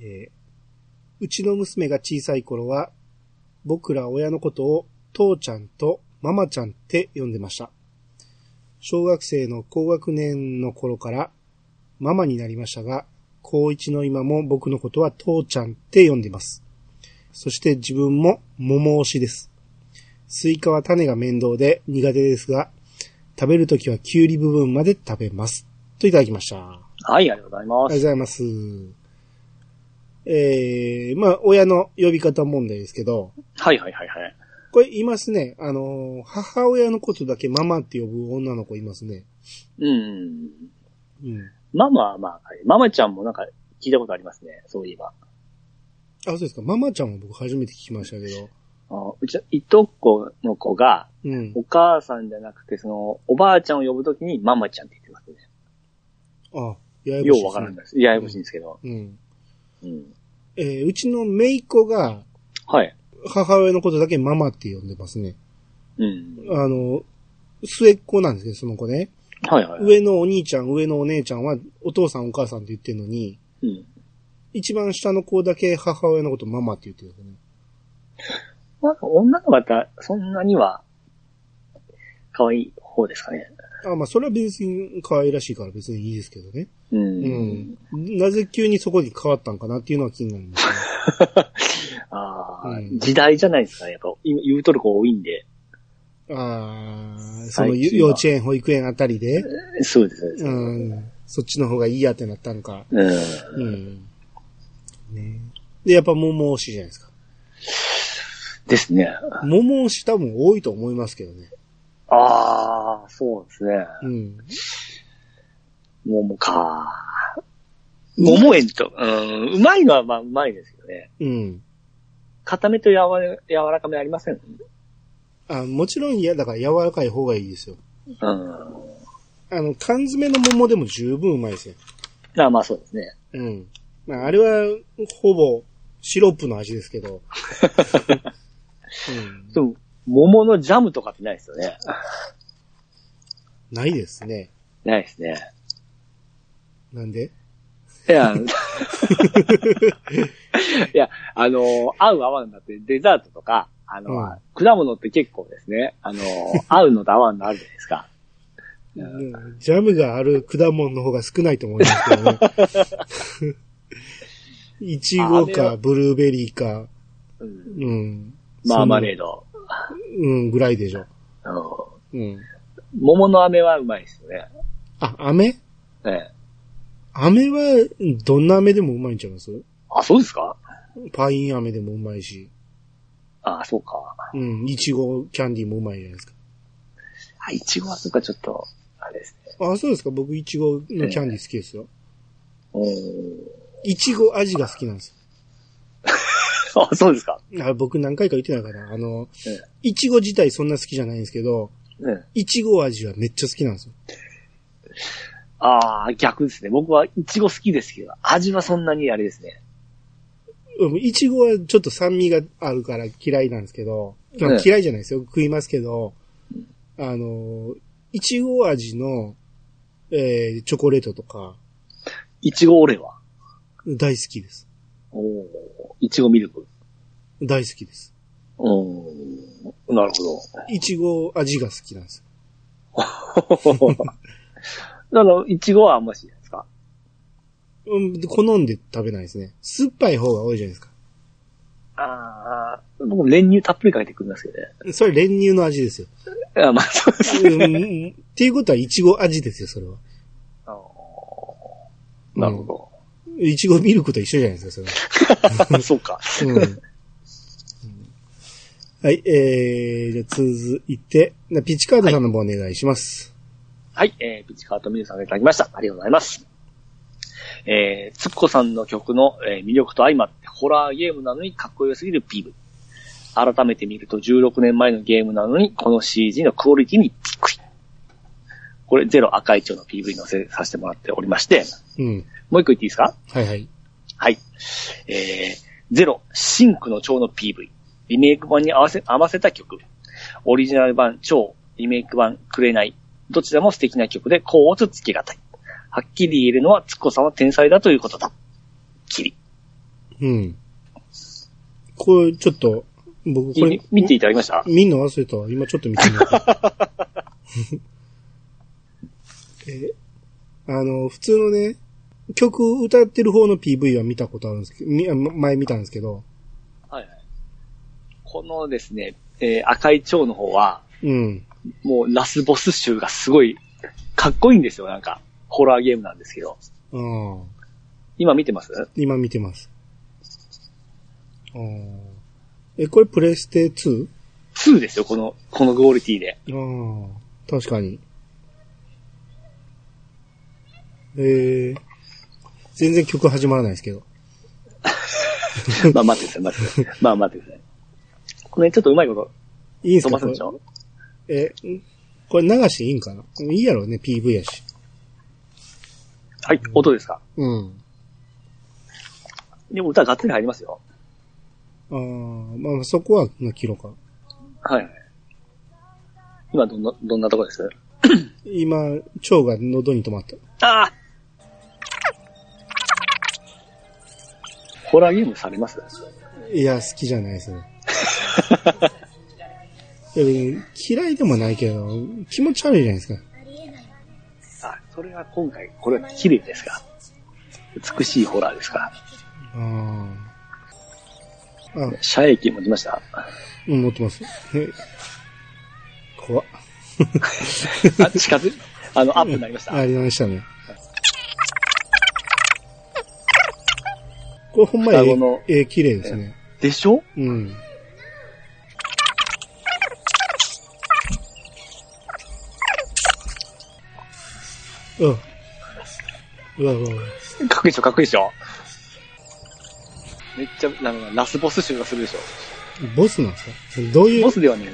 えーうちの娘が小さい頃は、僕ら親のことを父ちゃんとママちゃんって呼んでました。小学生の高学年の頃からママになりましたが、高一の今も僕のことは父ちゃんって呼んでます。そして自分も桃推しです。スイカは種が面倒で苦手ですが、食べるときはキュウリ部分まで食べます。といただきました。はい、ありがとうございまありがとうごす。ざいます。えー、まあ、親の呼び方問題ですけど、はいはいはいはい。これいますね。あのー、母親のことだけママって呼ぶ女の子いますね。うん。うん。ママはまあ、ママちゃんもなんか聞いたことありますね、そういえば。あ、そうですか。ママちゃんは僕初めて聞きましたけど。あうち、いとこの子が、うん。お母さんじゃなくて、その、おばあちゃんを呼ぶときにママちゃんって言ってますね。あ、ややこしいですねようわからないです。ややこしいんですけど。うん。うん。えー、うちの姪っ子がはい。母親のことだけママって呼んでますね。うん。あの、末っ子なんですね、その子ね。はいはい。上のお兄ちゃん、上のお姉ちゃんはお父さんお母さんって言ってるのに、うん。一番下の子だけ母親のことママって言ってるんですね。なんか女の方、そんなには、可愛い方ですかね。あまあ、それは別に可愛らしいから別にいいですけどね。うん。うん。なぜ急にそこに変わったんかなっていうのは気になりますね。ああ、うん時代じゃないですかね。やっぱ、今言うとる子多いんで。ああ、その最近幼は稚園、保育園あたりで、そうです、そうです。うん、そっちの方がいいやってなったんか。うん。うん。ねで、やっぱ桃推しじゃないですか。ですね。桃推し多分多いと思いますけどね。ああ、そうですね。うん。桃か。桃園と、うん、うまいのはまあうまいですけどね。うん。固めとやわら柔らかめありません。あもちろん嫌だから柔らかい方がいいですよ。うん。あの、缶詰の桃でも十分うまいですよ。あまあそうですね。うん。まあ、あれは、ほぼ、シロップの味ですけど。 うんでも、桃のジャムとかってないですよね。ないですね。ないですね。なんで いや、いや、あの合う合わんだって、デザートとか、あのうん果物って結構ですね、あの合うのと合わんのあるじゃないですか。うんジャムがある果物の方が少ないと思いますけどね。 いちごあれか、はブルーベリーか、うん、うん。マーマレード。そんなうん、ぐらいでしょ。あのうん。桃の飴はうまいですよね。あ、飴ええ飴は、どんな飴でもうまいんちゃいますあ、そうですかパイン飴でもうまいし、あ、そうか。うん、いちごキャンディーもうまいじゃないですか。あ、いちごはそうか、ちょっと、あれですね。あ、そうですか。僕、いちごのキャンディー好きですよ。うーいちご味が好きなんですん。あ、そうですか。よ。あ僕何回か言ってないかな。あのええ、いちご自体そんな好きじゃないんですけど、うん。いちご味はめっちゃ好きなんですよ。ああ、逆ですね。僕はいちご好きですけど、味はそんなにあれですね。うんいちごはちょっと酸味があるから嫌いなんですけど、まあええ嫌いじゃないですよ。食いますけど、あの、いちご味の、えーチョコレートとか、いちご俺は。大好きです。おお、いちごミルク。大好きです。うーん。なるいちご味が好きなんです。ほど。 だから、いちごはあんましないですかうん、で好んで食べないですね。酸っぱい方が多いじゃないですか。ああ、僕練乳たっぷりかけてくるんですけどね。それ練乳の味ですよ。あまあ、そうですうね。ん、 っていうことは、いちご味ですよ、それは。あのーなるほいちごミルクと一緒じゃないですか、ど。 そうか。それは。うんはい、えー、じゃあ続いて、なピッチカードさんの方お願いします。はい、えー、ピッチカートミルさんがいただきました。ありがとうございます。えー、つっこさんの曲の、えー魅力と相まって、ホラーゲームなのにかっこよすぎる PV。改めて見ると16年前のゲームなのに、この CG のクオリティにびっくり。これ、ゼロ赤い蝶の PV 載せさせてもらっておりまして、うん。もう一個言っていいですかはいはい。はい。えー、ゼロ、シンクの蝶の PV。リメイク版に合わせ、合わせた曲。オリジナル版蝶、リメイク版くれない。どちらも素敵な曲で、こうつつきがたい。はっきり言えるのは、つっこさんは天才だということだ。きり。うん。これ、ちょっと、僕、これみ、見ていただきましたみんな忘れたわ。今ちょっと見てみよう か。え、あの、普通のね、曲歌ってる方の PV は見たことあるんですけど、みま前見たんですけど、はいはい。このですね、えー赤い蝶の方は、うん。もうラスボス集がすごい、かっこいいんですよ、なんか。ホラーゲームなんですけど。あー今見てます今見てます。あーえ、これプレステ 2? ?2 ですよ、この、このクオリティで。ああ、確かに。えー、全然曲始まらないですけど。 まあ待ってください、待ってください。まあ待ってください。この辺ちょっとうまいこといいんす飛かばすんでしょえ、んこれ流していいんかないいやろうね、PV やし。はい、音ですかうん。でも歌がっつり入りますよ。あーまあ、そこは、のキロか。はい。今どんな、どんなとこです今、蝶が喉に止まった。ああホラーゲームされますいや、好きじゃないですね。 いや嫌いでもないけど、気持ち悪いじゃないですか。あ、それは今回、これは綺麗ですか美しいホラーですかあーあ、遮影機持ちましたうん持ってます。え怖っ。あ、近づい、あの、アップになりました。ありましたね。これほんま双絵子の、絵綺麗ですね。でしょうん。うん。うわうわうわ。かっこいいでしょ、かっこいいでしょめっちゃ、なんか、ラスボス集がするでしょボスなんですかどういボうスではね、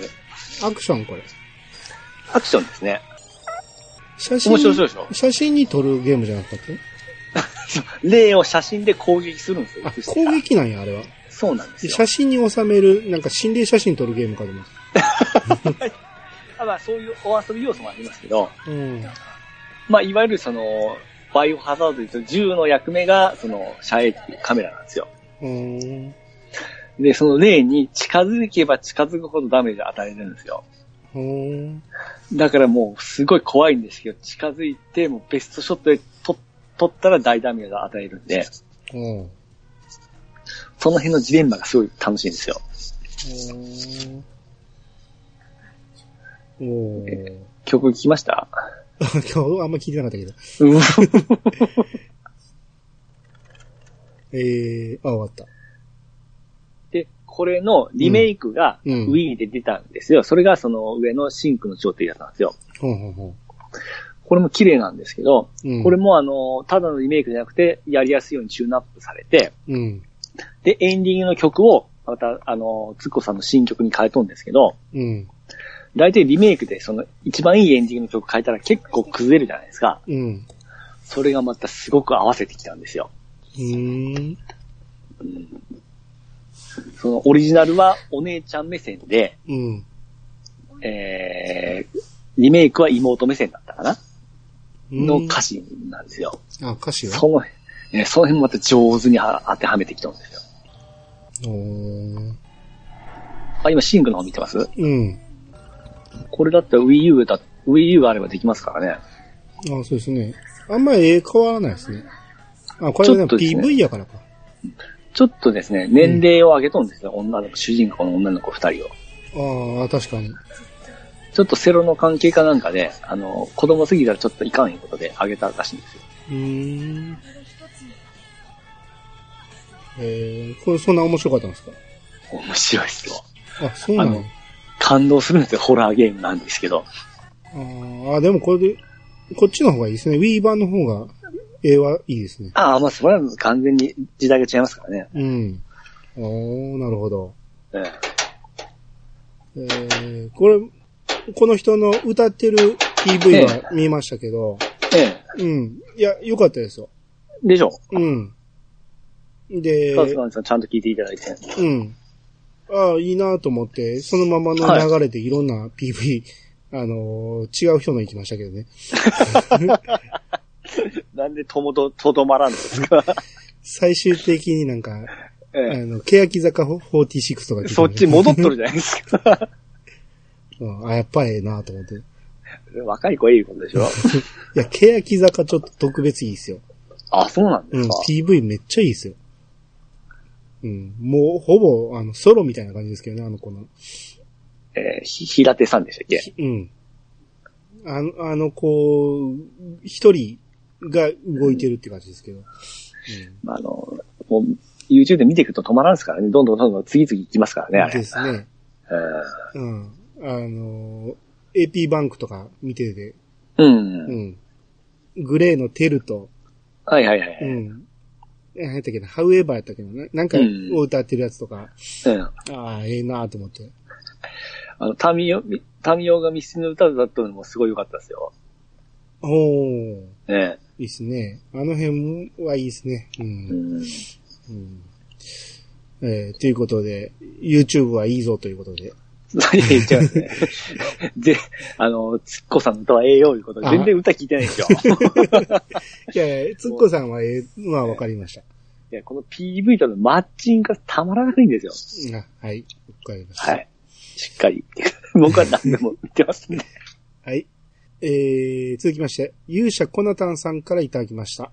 アクションこれ。アクションですね。写真面白そうでしょ写真に撮るゲームじゃなかったっけ霊を写真で攻撃するんですよあ、。攻撃なんや、あれは。そうなんですよ。写真に収める、なんか心霊写真撮るゲームかと思っあまあ、そういうお遊び要素もありますけど、た。うん。まあ、いわゆるその、バイオハザードで言うと銃の役目が、その、射影機カメラなんですよ。うーん。で、その霊に近づけば近づくほどダメージ与えるんですよ。うーん。だからもう、すごい怖いんですけど、近づいて、もうベストショットでと取ったら大ダメージを与えるんで、うん。うその辺のジレンマがすごい楽しいんですよ。ーんおー。曲聞きました今日あんま聞いてなかったけど。うんえー、あ、終わった。で、これのリメイクがうんうん Wii で出たんですよ。それがその上のシンクの蝶っていうやつなんですよ。ほうほうほこれも綺麗なんですけど、う。うん、これ、もあの、ただのリメイクじゃなくて、やりやすいようにチューンアップされて、うん、で、エンディングの曲を、また、あの、つっこさんの新曲に変えとんですけど、うん、大体リメイクでその一番いいエンディングの曲変えたら結構崩れるじゃないですか。うん。それがまたすごく合わせてきたんですよ。うーん、そのオリジナルはお姉ちゃん目線で、うん。えー、リメイクは妹目線だったかなの歌詞。詞なんですよ。あ、歌詞はその、えーその辺また上手には当てはめてきたんですおよ。ーあ、今シングの方見てますうん。これだったら Wii U だ、Wii U があればできますからね。あ、そうですね。あんまり絵変わらないですね。あ、これはちょねっとですね PV やからか。ちょっとですね、年齢を上げとんですよ。女の子、主人公の女の子二人を。ああ、確かに。ちょっとセロの関係かなんかで、あの、子供すぎたらちょっといかんいうことで上げたらしいんですよ。うーん。えー、これそんな面白かったんですか面白いっすよ。あ、そうなの感動するんですよ、ホラーゲームなんですけど。あーあ、でもこれで、こっちの方がいいですね。Wii 版の方が、絵はいいですね。ああ、まあ、それは完全に時代が違いますからね。うん。おー、なるほど。うんえー、これ、この人の歌ってる PV は見えましたけど、えうん。いや、良かったですよ。え。でしょうん。で、そうそうなんですよ。ちゃんと聞いていただいて。うん。ああ、いいなと思って、そのままの流れでいろんな PV、あのー違う人の行きましたけどね。なんでともと、とどまらんのですか最終的になんか、えあ え。の、欅坂46とか聞いて そっち戻っとるじゃないですか。うん、あ、やっぱりええなと思って。い 若い子いいことでしょや、欅坂ちょっと特別いいですよ。あ、そうなんでうんすか。、 PV めっちゃいいですよ。うん、もうほぼ、あの、ソロみたいな感じですけどね、あの子の。えー、ひ、平手さんでしたっけうん。あの、あの子、一人が動いてるって感じですけど。まああの、もう、YouTube で見ていくと止まらんですからね。どんどんどんどん次々行きますからね、あれ。ですね。ううん。あの、AP バンクとか見てて、ん。う。うんん。グレーのテルと、はいはいはい。ううん。ん。え何やったっけな、ハウエバーやったっけな、ななんかうんを歌ってるやつとか、ああ、ええなと思って。あの、タミオ、タミオがミスチルの歌だったのもすごい良かったですよ。おー、えいいっすね。あの辺はいいっすね。うえ。ん。ううん。んえーということで、YouTube はいいぞということで。何言っちゃう ね。で、あの、つっこさんの歌はええよ、いうこと。全然歌聞いてないですよ。 いやいや、つっこさんはええのはわかりました。いや、この PV とのマッチングがたまらないんですよ。あはい、わかりました。はい。しっかり。 僕は何でも言ってますんで。はい。えー、続きまして、勇者コナタンさんからいただきました。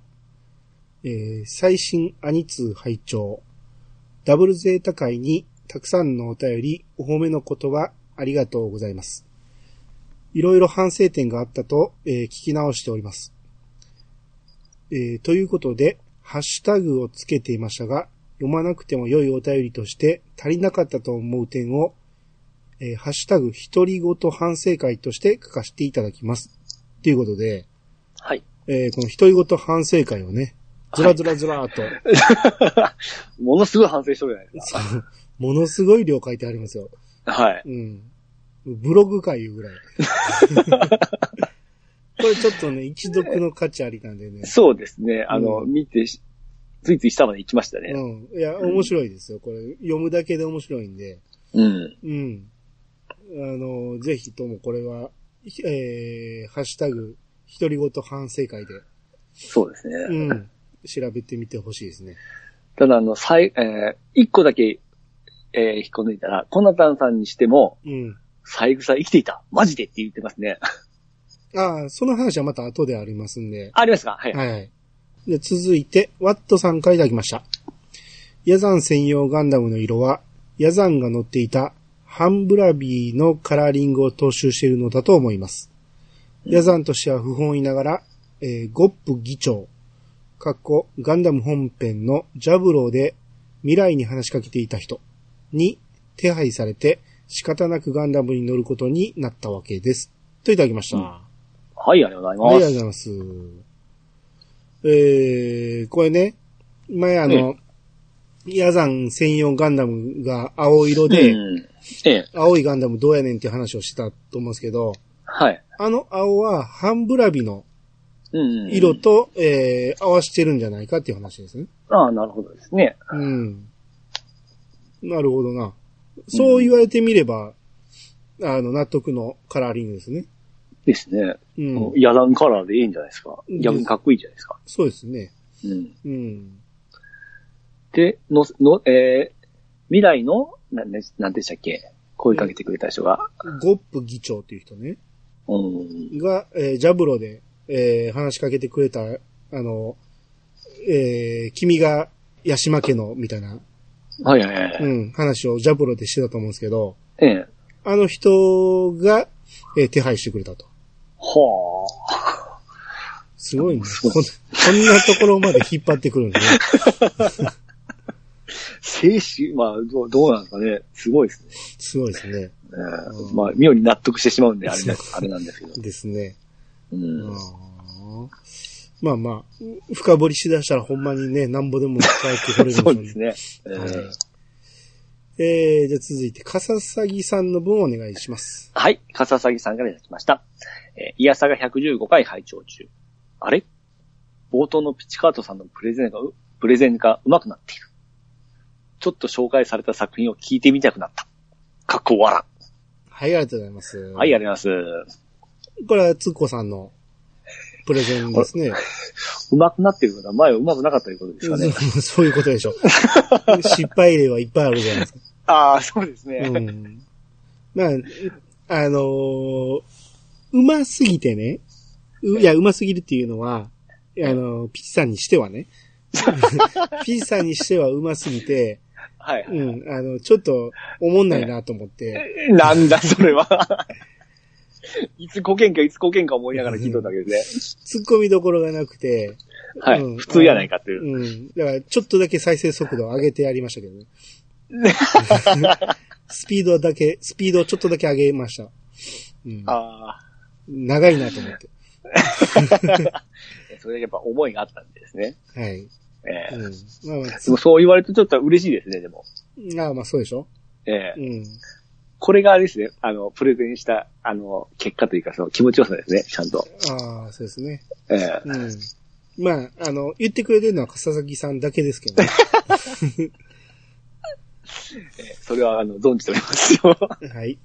えー、最新アニツー拝聴ダブルゼータ会にたくさんのお便り、お褒めの言葉、ありがとうございます。いろいろ反省点があったと、えー聞き直しております。えー、ということで、ハッシュタグをつけていましたが、読まなくても良いお便りとして足りなかったと思う点をえーハッシュタグ、独り言反省会として書かせていただきます。ということで、はい。 えーこの独り言反省会をね、ずらずらずらーっと、ものすごい反省しとるじゃないですそうものすごい量書いてありますよ。か。はい。うん。ブログかいうぐらい。 これちょっとね、一読の価値ありなんでね。そうですね。あの、う見てし、ついつい下まで行きましたね。うん。いや、面白いですよ。これ、読むだけで面白いんで。うん。うん。あの、ぜひともこれは、ひえー、ハッシュタグ、独り言反省会で、そうですね。うん。調べてみてほしいですね。ただ、あの、最、えー、一個だけ、えー、引っこ抜いたら、コナタンさんにしても、うん。三枝生きていた。マジでって言ってますね。ああ、その話はまた後でありますんで。ありますかはい。はい、はい。で、続いて、ワットさんからいただきました。ヤザン専用ガンダムの色は、ヤザンが乗っていたハンブラビーのカラーリングを踏襲しているのだと思います。ヤザンとしては不本意ながら、えーゴップ議長かっこ、ガンダム本編のジャブローで未来に話しかけていた人に手配されて仕方なくガンダムに乗ることになったわけです。といただきました。うんあはい、ありがとうりごがざいとまうごす。ざいます。えー、これね、前あの、ヤザン専用ガンダムが青色で、うん。ええ、青いガンダムどうやねんっていう話をしてたと思うんですけど、はい。あの青は半ブラビのうん。色。と、えー合わせてるんじゃないかっていう話ですね。ああ、なるほどですね。うん。なるほどな。そう言われてみれば、あの、納得のカラーリングですね。ですね。うん。ヤダンカラーでいいんじゃないですか。うん逆にかっこいいじゃないですか。そうですね。うん。うん。で、の、の、えー、未来の、な、ななんでしたっけ声かけてくれた人が、ゴップ議長っていう人ね。うん、が、えージャブロで、えー話しかけてくれた、あの、えー君が、ヤシマ家の、みたいな、はいはいはい。うん、話をジャブロでしてたと思うんですけど、ええ。あの人が、えー手配してくれたと。はあ。すごいね。 そうこんこんなところまで引っ張ってくるん だね。精子、まあ、どうどうなんですかね。すごいですね。すごいですね。ええまあ、妙に納得してしまうんで、あれな、あれなんですけど。ですね。うあん。ーまあまあ、深掘りしだしたらほんまにね、なんぼでも深いって掘れるんしょ そううですね。ええはいえー、じゃあ続いて、カササギさんの分お願いします。はい。かささぎさんからいただきました。えー、イヤサが115回拝聴中。あれ冒頭のピチカートさんのプレゼンがう、プレゼンが上手くなっている。ちょっと紹介された作品を聞いてみたくなった。かっこ笑はい、ありがとうございます。う。はい、あれ。りがとうございます。これはつっこさんのプレゼンですね。上手くなっていることは前は上手くなかったということですかね。 そういうことでしょ。失敗例はいっぱいあるじゃないですか。ああ、 そうですね。うんまあ、あのーうますぎてね。ういや、うますぎるっていうのは、あのーピチさんにしては ね。 ピチさんにしてはうますぎて、。はいうん、あの、ちょっと、おもんないなと思って。なんだ、それは。 いつこけんか、いつこけんか思いながら聞いとったわけです突っ込みどころがなくて、ね。はい。うん普通やないかっていう。うん。だから、ちょっとだけ再生速度を上げてやりましたけど ね。スピードだけ、スピードをちょっとだけ上げました。うん。ああ。長いなと思って。それだけやっぱ思いがあったんですね。はい。ええう ん。まあまあでもそう言われるとちょっと嬉しいですね、でも。ああ、まあそうでしょええうん。これがあれですね、あの、プレゼンした、あの、結果というか、その気持ちよさですね、ちゃんと。ああ、そうですね。ええうん。まあ、あの、言ってくれてるのは笠崎さんだけですけど ね。それは、あの、存じております よ。はい。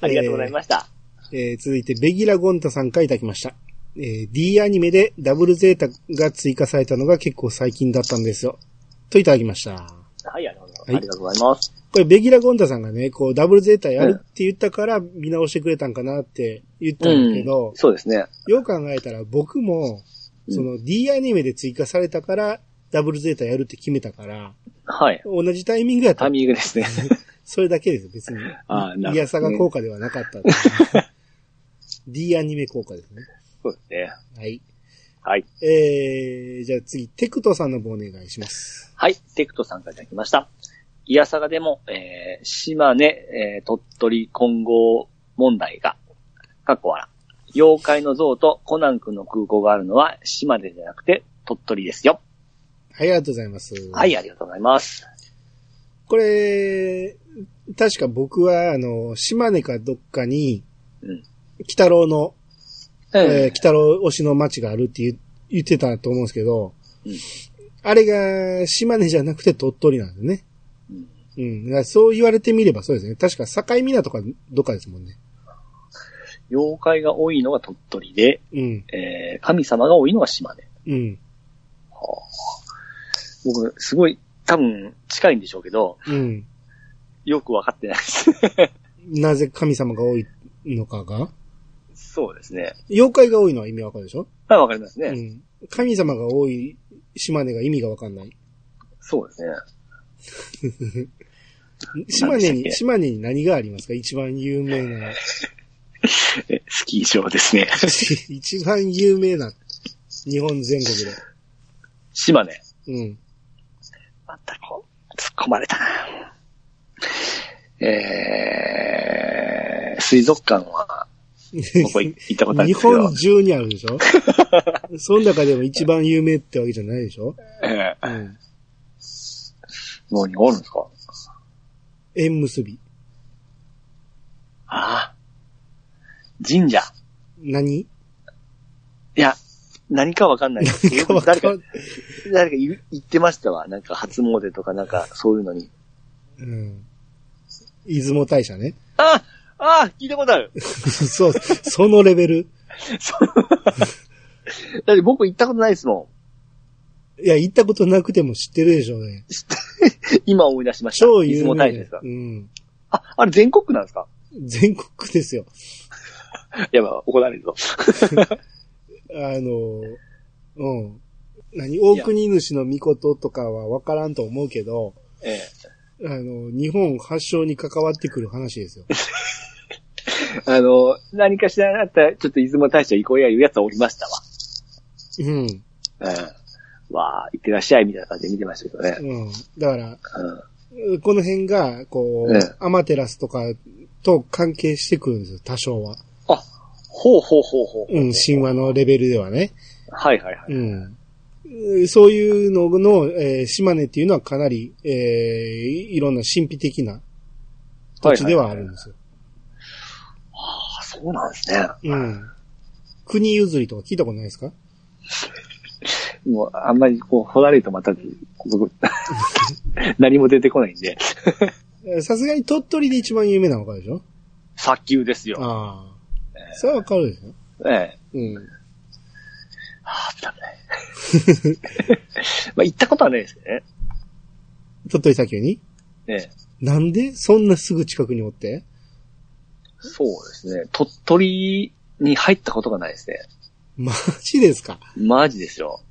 ありがとうございました。えー続いて、ベギラゴンタさんからいただきました。えー D アニメでダブルゼータが追加されたのが結構最近だったんですよ。といただきました。はい、ありがとうございます。はいありがとうございます。これ、ベギラゴンタさんがね、こう、ダブルゼータやるって言ったから見直してくれたんかなって言ったんだけど、そうですね。よう考えたら僕も、その D アニメで追加されたから、ダブルゼータやるって決めたから、はい。同じタイミングやったタイらミン グですね。それだけです、別に。ああなるほどいやさが効果ではなかったっていう。D アニメ効果ですね。そうですね。はい。はい。えー、じゃあ次、テクトさんの方お願いします。はい、テクトさんからいただきました。イヤサガでも、えー、島根、えー鳥取混合問題が、かっこ笑。妖怪の像とコナン君の空港があるのは島根じゃなくて鳥取ですよ。はい、ありがとうございます。は。い、ありがとうございます。これ、確か僕は、あの、島根かどっかに、うん。北郎の、えーえ北郎推しの町があるって言う言ってたと思うんですけど、うんあれが島根じゃなくて鳥取なんですね。ううんん。だからそう言われてみればそうですね。確か境港かどっかですもんね。妖怪が多いのが鳥取で、うん。えー神様が多いのが島根。うん。僕、すごい、多分、近いんでしょうけど、うん。よくわかってないです。 なぜ神様が多いのかがそうですね。妖怪が多いのは意味わかるでしょ、はい、わかりますね。うん。神様が多い島根が意味がわかんない。そうですね。 島根何でしたっけに、島根に何がありますか一番有名 な、えスキー場ですね。一番有名な日本全国で。島根。うん。またこう、突っ込まれたな。えー、水族館は、僕は行ったことあるん日ですけど本、中にあるでしょ その中でも一番有名ってわけじゃないでしょえうー、ん。もうにおるんですか縁結び。ああ。神社。何いや、何かわかんないです。かわか誰かん、誰か言言ってましたわ。なんか初詣とかなんかそういうのに。うん。出雲大社ね。 ああ聞いたことある。そう、そのレベル。だって僕行ったことないですもいや、行ったことなくても知ってるでしょうね。ん。今思い出しました。超有出雲名大で社ですかうん。あ、あれ全国区なんですか全国ですよ。やばい、怒られるぞ。あの、うん。何大国主の御事とかはわからんと思うけど、ええあの、日本発祥に関わってくる話ですよ。あの、何かしらだったら、ちょっと出雲大社行こうやいうやつはおりましたうん。わ。うん。わあ、行ってらっしゃいみたいな感じで見てましたけどね。うん。だから、うん。この辺が、こう、ええアマテラスとかと関係してくるんですよ、多少は。あ、ほうほうほうほう。うん、神話のレベルではね。はいはいはい。うん。そういうのの、えー島根っていうのはかなり、えーいろんな神秘的な土地ではあるんですよ。あ、そうなんですね。うん。国譲りとか聞いたことないですかもう、あんまりこう、掘られるとまた、僕 何も出てこないんで。えーさすがに鳥取で一番有名なのかでしょ砂丘ですよ。ああ。それはわかるでしょええ。うん。ああ、残念。 まあ、行ったことはないですけどね。鳥取砂丘にええ。なんでそんなすぐ近くにおってそうですね。鳥取に入ったことがないですね。マジですかマジですよ。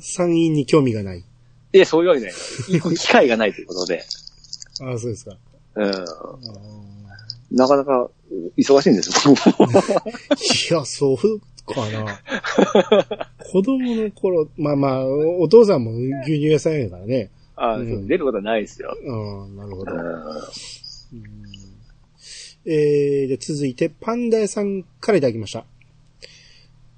山陰に興味がない。いや、そういうわけじゃない。行く機会がないということ で。ああ、そうですか。うん。ああなかなか、忙しいんですよ。いや、そうかな。子供の頃、まあまあ、お父さんも牛乳屋さんやからね。あうんそう出ることはないですよ。うん、なるほうど。ん。えー、じゃあ続いて、パンダ屋さんからいただきました。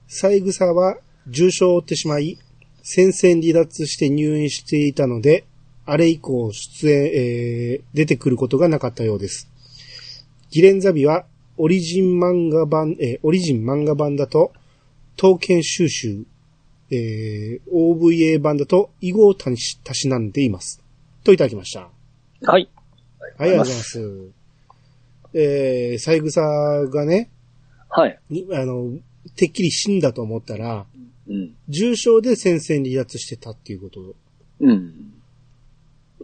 三草は重傷を負ってしまい、戦線離脱して入院していたので、あれ以降出演、えー、出てくることがなかったようです。ギレンザビは、オリジン漫画版、えーオリジン漫画版だと、刀剣収集、えー、OVA 版だと、囲碁をたし、たしなんでいます。といただきました。はい。はい、ありがとうございます。えー、三草がね、はい。にあの、てっきり死んだと思ったら、うん。重傷で戦線離脱してたっていうことうん。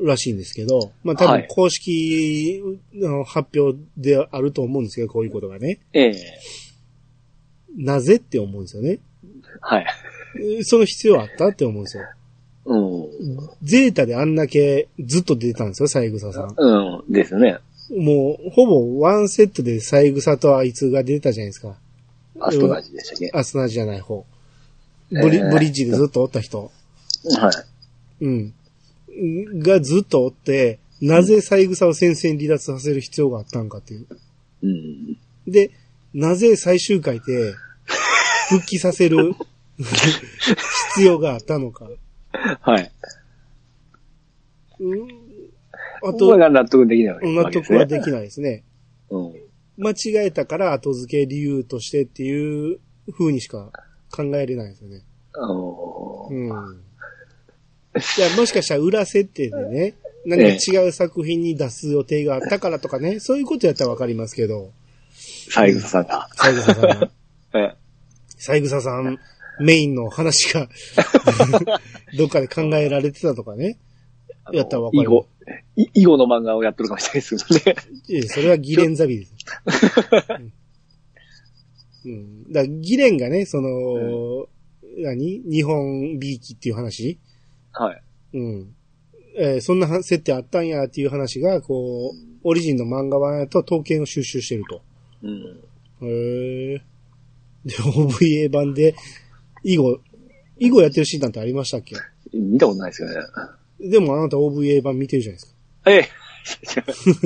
らしいんですけど、まあ多は分い公式の発表であると思うんですけど、こういうことがね。ええなぜって思うんですよね。はい。えーその必要あったって思うんですよ。うん。ゼータであんだけずっと出てたんですよ、三草さん。うん。ですね。もう、ほぼワンセットで三草とあいつが出てたじゃないですか。アストナジでしたっけ、アスナじゃない方。ブリ、えーブリッジでずっとおった人。はい。うん。がずっとおって、なぜ三草を戦線離脱させる必要があったんかっていう。うん。で、なぜ最終回で、復帰させ る必要があったのか。はい。うんああとと、が納得できないわけ納得はでききないですね。うん。間違えたから後付け理由としてっていう風にしか考えれないですよね。あのうん。いや、もしかしたら裏設定でね、何か違う作品に出す予定があったからとかね、そういうことやったらわかりますけど、三枝さんが。三草さ ん、え三草さんメインの話が、どっかで考えられてたとかね。えやったらわかる囲碁。い囲碁の漫画をやってるかもしれないですけどね。 いやそれはギレンザビです。うんうん。だからギレンがね、その、何日本 B 期っていう話はい。うん。えーそんなは設定あったんやっていう話が、こう、オリジンの漫画版と統計を収集してると。うん。へえ。で、OVA 版で、以後、囲碁やってるシーンなんてありましたっけ見たことないですよね。でもあなた OVA 版見てるじゃないですか。え え。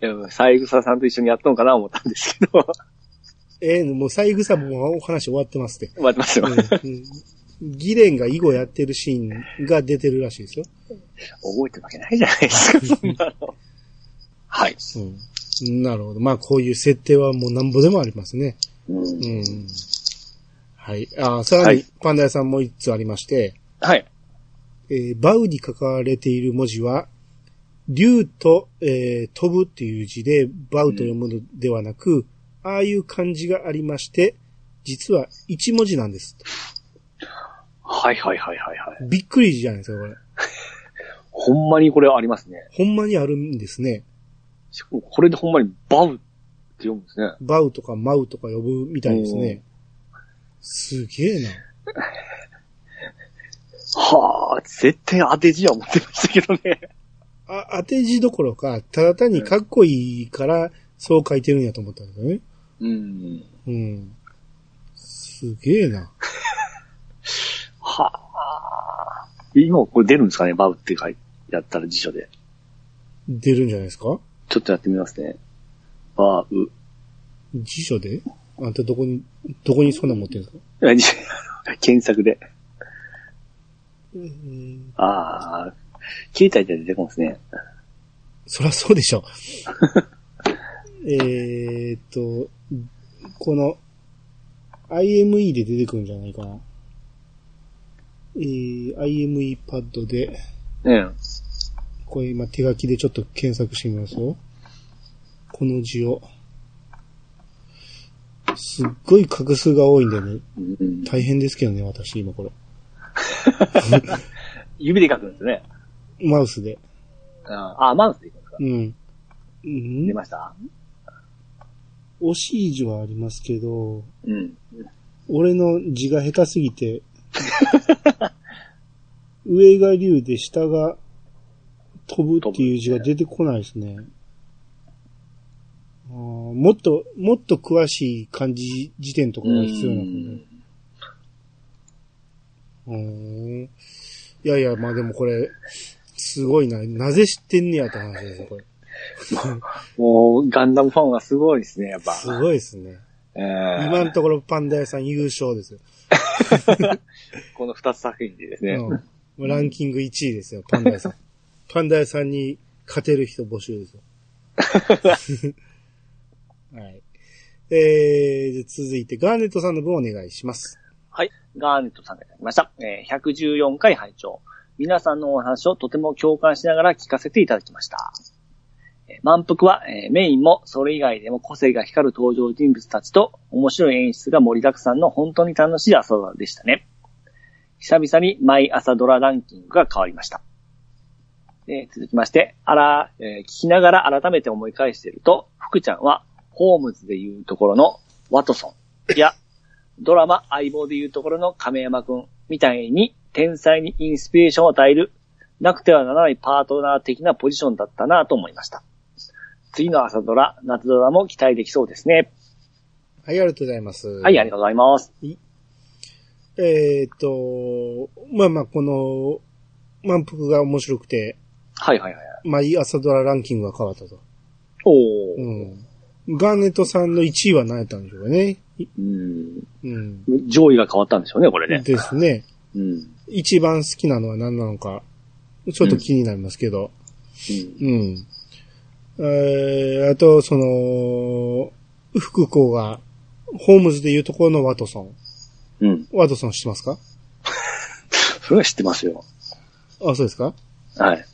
でも、三枝さんと一緒にやったのかな思ったんですけど。 えーもう三枝もお話終わって ますって。待ってますよ。覚うんギレンが囲碁やってるシーンが出てるらしいですよ。えてるわけないじゃないですか、そんなの。はい。うん。なるほど。まあこういう設定はもうなんぼでもありますね。うんうん。はい。あーさらはにい、パンダ屋さんも一つありまして、はい。えーバウに書かれている文字は、竜と、えー飛ぶっていう字で、バウと読むのではなく、ああいう漢字がありまして、実は一文字なんです。はいはいはいはいはい。びっくりじゃないですか、これ。ほんまにこれありますね。ほんまにあるんですね。しかもこれでほんまにバウって読むんですね。バウとかマウとか呼ぶみたいですね。すげえな。はあ、絶対当て字は思ってましたけどね。あ、当て字どころか、ただ単にかっこいいから、そう書いてるんやと思ったんだね。うん。うん。すげえな。はあ。今これ出るんですかねバウって書いてやったら辞書で。出るんじゃないですかちょっとやってみますね。バウ。辞書であんたどこに、どこにそんなん持ってるんですかあ辞書 検索で。うん。ああ。携帯で出てこますね。そらそうでしょ。えーっと、この、IME で出てくるんじゃないかな。えー、IME パッドで、うん。これ今手書きでちょっと検索してみますよ。この字を。すっごい画数が多いんでね、うん、大変ですけどね、私今これ。指で書くんですね。マウスで。ああ、マウスでいくんですかうん。うん出ました惜しい字はありますけど、うん。俺の字が下手すぎ て、上が竜で下が飛ぶっていう字が出てこないですね。あーもっと、もっと詳しい漢字辞典とかが必要なのね。うーんいやいや、まあでもこれ、すごいな。なぜ知ってんねやって話ですよ、これ。もう、ガンダムファンはすごいですね、やっぱ。すごいですね。え今ーのところパンダ屋さん優勝ですよ。この二つ作品でですね。うん、ランキング1位ですよ、パンダ 屋さん。パンダ屋さんに勝てる人募集ですよ。 はい。えー、じゃあ続いて、ガーネットさんの分お願いします。はい。ガーネットさんがいただきました。えー114回拝聴皆さんのお話をとても共感しながら聞かせていただきました。えー満腹は、えーメインもそれ以外でも個性が光る登場人物たちと面白い演出が盛りだくさんの本当に楽しい朝でしたね。久々に毎朝ドラランキングが変わりました。えー続きまして、あら、えー聞きながら改めて思い返していると、福ちゃんは、ホームズでいうところのワトソンや、ドラマ相棒でいうところの亀山くんみたいに天才にインスピレーションを与えるなくてはならないパートナー的なポジションだったなと思いました。次の朝ドラ、夏ドラも期待できそうですね。はい、ありがとうございます。はい、ありがとうございます。えーっと、まあまあ、この、満腹が面白くて、はいはいはい。毎朝ドラランキングが変わったと。おうー。ん。ガーネットさんの1位は何やったんでしょうかね。うん。うん。上位が変わったんでしょうね、これね。ですね。うん。うん一番好きなのは何なのか、ちょっと気になりますけど。うん。えー、あと、その、福子が、ホームズでいうところのワトソン。うん。ワトソン知ってますかそれは知ってますよ。あ、そうですかはい。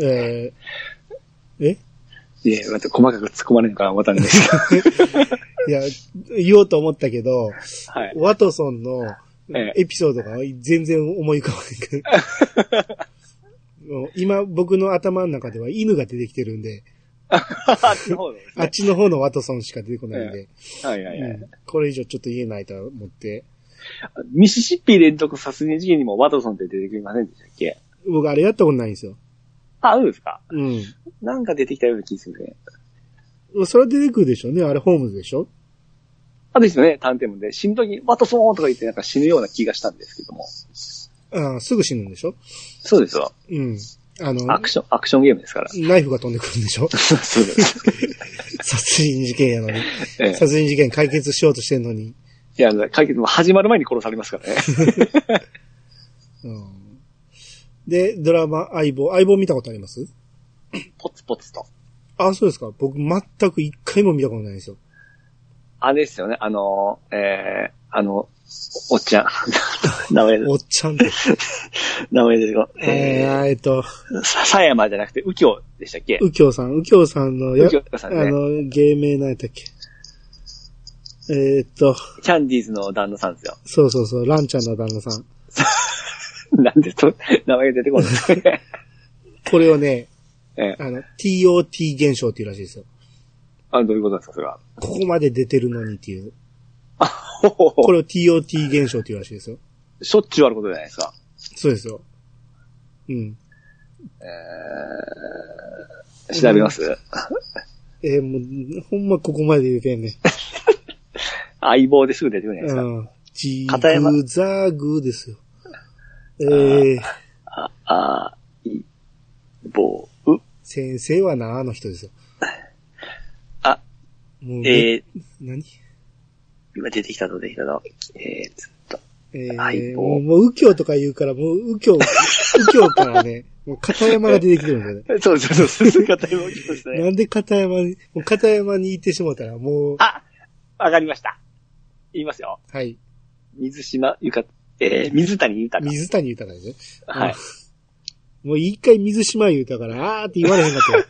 えー、えいや、また細かく突っ込まれるのかまたんないですけいや、言おうと思ったけど、ど。 はい。ワトソンのええエピソードが全然思い浮かばないから。 もう今、僕の頭の中では犬が出てきてるんで、 そうですあっね。ちの方のワトソンしか出てこないんで、はいはいはういん。これ以上ちょっと言えないと思って、ミシシッピ連続殺人事件にもワトソンって出てきませんでしたっけ僕あれやったことないんですよ。あ、そうですかうん。なんか出てきたような気がするね。それは出てくるでしょうね。あれ、ホームズでしょあですよね、探偵もで。死ぬ時に、ワトソーンとか言ってなんか死ぬような気がしたんですけども。ああ、すぐ死ぬんでしょそうですわ。うん。あの、アクション、アクションゲームですから。ナイフが飛んでくるんでし ょそうです。殺人事件やのに。ええ殺人事件解決しようとしてんのに。いや、解決も始まる前に殺されますからね。うん、で、ドラマ、相棒。相棒見たことありますポツポツと。あ、そうですか。僕、全く一回も見たことないんですよ。あれですよね、あの、えー、あの、おおっちゃん。 名前、おっちゃ んって。名前ですよ。ええー、えっと、ー、さ、さやまじゃなくて、右京でしたっけ右京さん、右京さんのや、右京さんあね。の、芸名なんやったっけ。えー、っと、キャンディーズの旦那さんですよ。そうそうそう、ランちゃんの旦那さん。なんでと、名前が出てこないんですかね。これをね、ええあの、TOT 現象っていうらしいですよ。あの、どういうことなんですか、それは。ここまで出てるのにっていう。ほほほこれを TOT 現象っていうらしいですよ。 しょっちゅうあることじゃないですか。そうですよ。うん。えー、調べます、えーもう、ほんまここまで出てんね。相棒ですぐ出てくるじゃないですうか。ん。ジ 片山グザグですよ。えー、あい、ぼう、先生はな、あの人ですよ。あ、もう、えー、何今出てきたの出てきたの。えー、ずっと。え相ー、棒もう、もう右京とか言うから、もう右京、右京からね、もう片山が出てきてるんだよね。そうそうそう、そういう方も来ましたね。なんで片山に、もう片山に行ってしもうたら、もう、 あ、わかりました。言いますよ。はい。水島ゆか、えー、水谷豊。水谷豊ですね。はい。もう一回水島言うたから、あーって言われへんかったよ。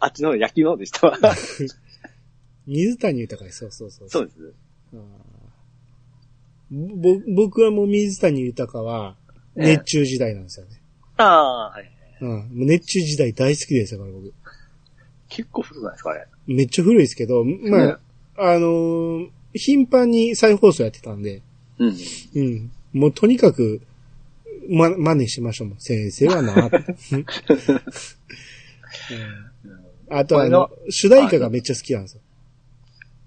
あっちの方野球の方でした わ。水谷豊です。そうそうそう。そうです。あーぼ僕はもう水谷豊は、熱中時代なんですよね。ああ、はい。うん。もう熱中時代大好きですよ、これ僕。結構古くないですか、あれ。めっちゃ古いですけど、まあ、ねあのー頻繁に再放送やってたんで、うん。うん。もうとにかく、ま、真似しましょうもん。先生はな、ってうんあとあのこ、主題歌がめっちゃ好きなんですよ。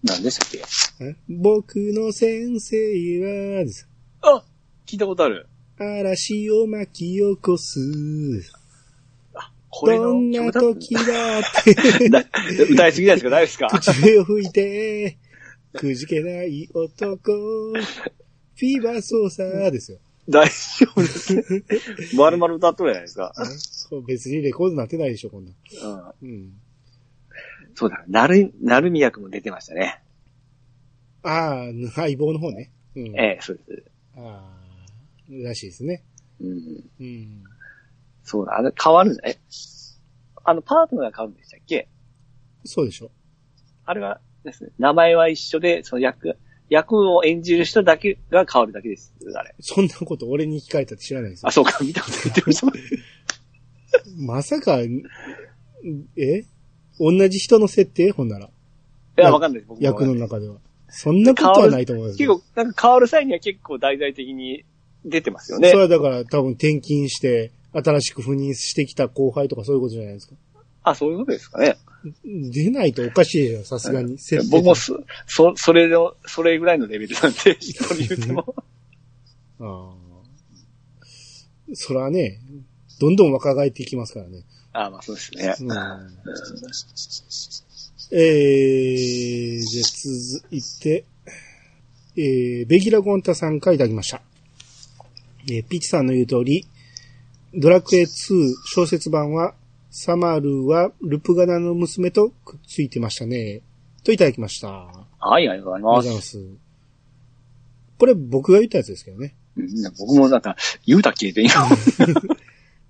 何でしたっけえ僕の先生は、ですあ聞いたことある。嵐を巻き起こす。これどのんな曲だっ時だって、た 歌いすぎないですか大丈夫ですか口笛を吹いて、くじけない男、フィーバー操作ですよ。大丈夫 です。まるまる歌っとるじゃないですか。ねそう別にレコードなってないでしょ、こんなん。うん。うん。そうだ、なる、なるみ役も出てましたね。ああ、相棒の方ね。うん。ええそうです。ああ、らしいですね。うん。うん。そうだ、あれ変わるんじゃないあの、パートナーが変わるんでしたっけそうでしょ。あれはですね、名前は一緒で、その役、役を演じる人だけが変わるだけです。あれ。そんなこと俺に聞かれたって知らないですよあ、。そうか、 見たこと言ってました。まさか、んえ同じ人の設定ほんなら。いや、わかんないです、僕も役の中では。そんなことはないと思うんです結よ。構、なんか変わる際には結構大々的に出てますよねそれ。はだから多分転勤して、新しく赴任してきた後輩とかそういうことじゃないですか。あ、そういうことですかね。出ないとおかしいでしょ、さすがに。設定僕もそ、そ、それの、それぐらいのレベルなんで、一人言っても。あーそれはね、どんどん若返っていきますからね。あ、まあそうですね。うんえー、じゃあ続いて、えー、ベギラゴンタさんからいただきました。えー、ピチさんの言う通り、ドラクエ2小説版は、サマルはルプガナの娘とくっついてましたね。といただきました。ありがはい、ありがとうござとういごま。ざいますす。これ僕が言ったやつですけどね。うん僕もなんか、言うたっけって今。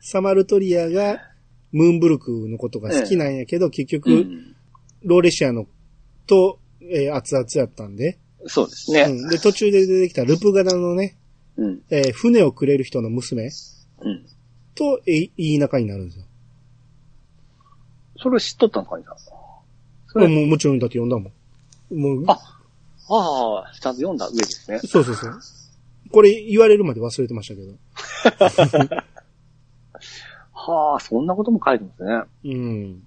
サマルトリアがムーンブルクのことが好きなんやけど、結局、うんローレシアのと、えー熱々やったんで、そうですうね。んで、途中で出てきたルプガナのね、うん。えー船をくれる人の娘うん。と、えーいい仲になるんですよ。それを知っとったのかいな。そもうれ、もうもちろんだって読んだもん。もう、あああ、ちゃんと読んだ上ですね。そうそうそう。これ言われるまで忘れてましたけど。はあ、そんなことも書いてますね。うん。うん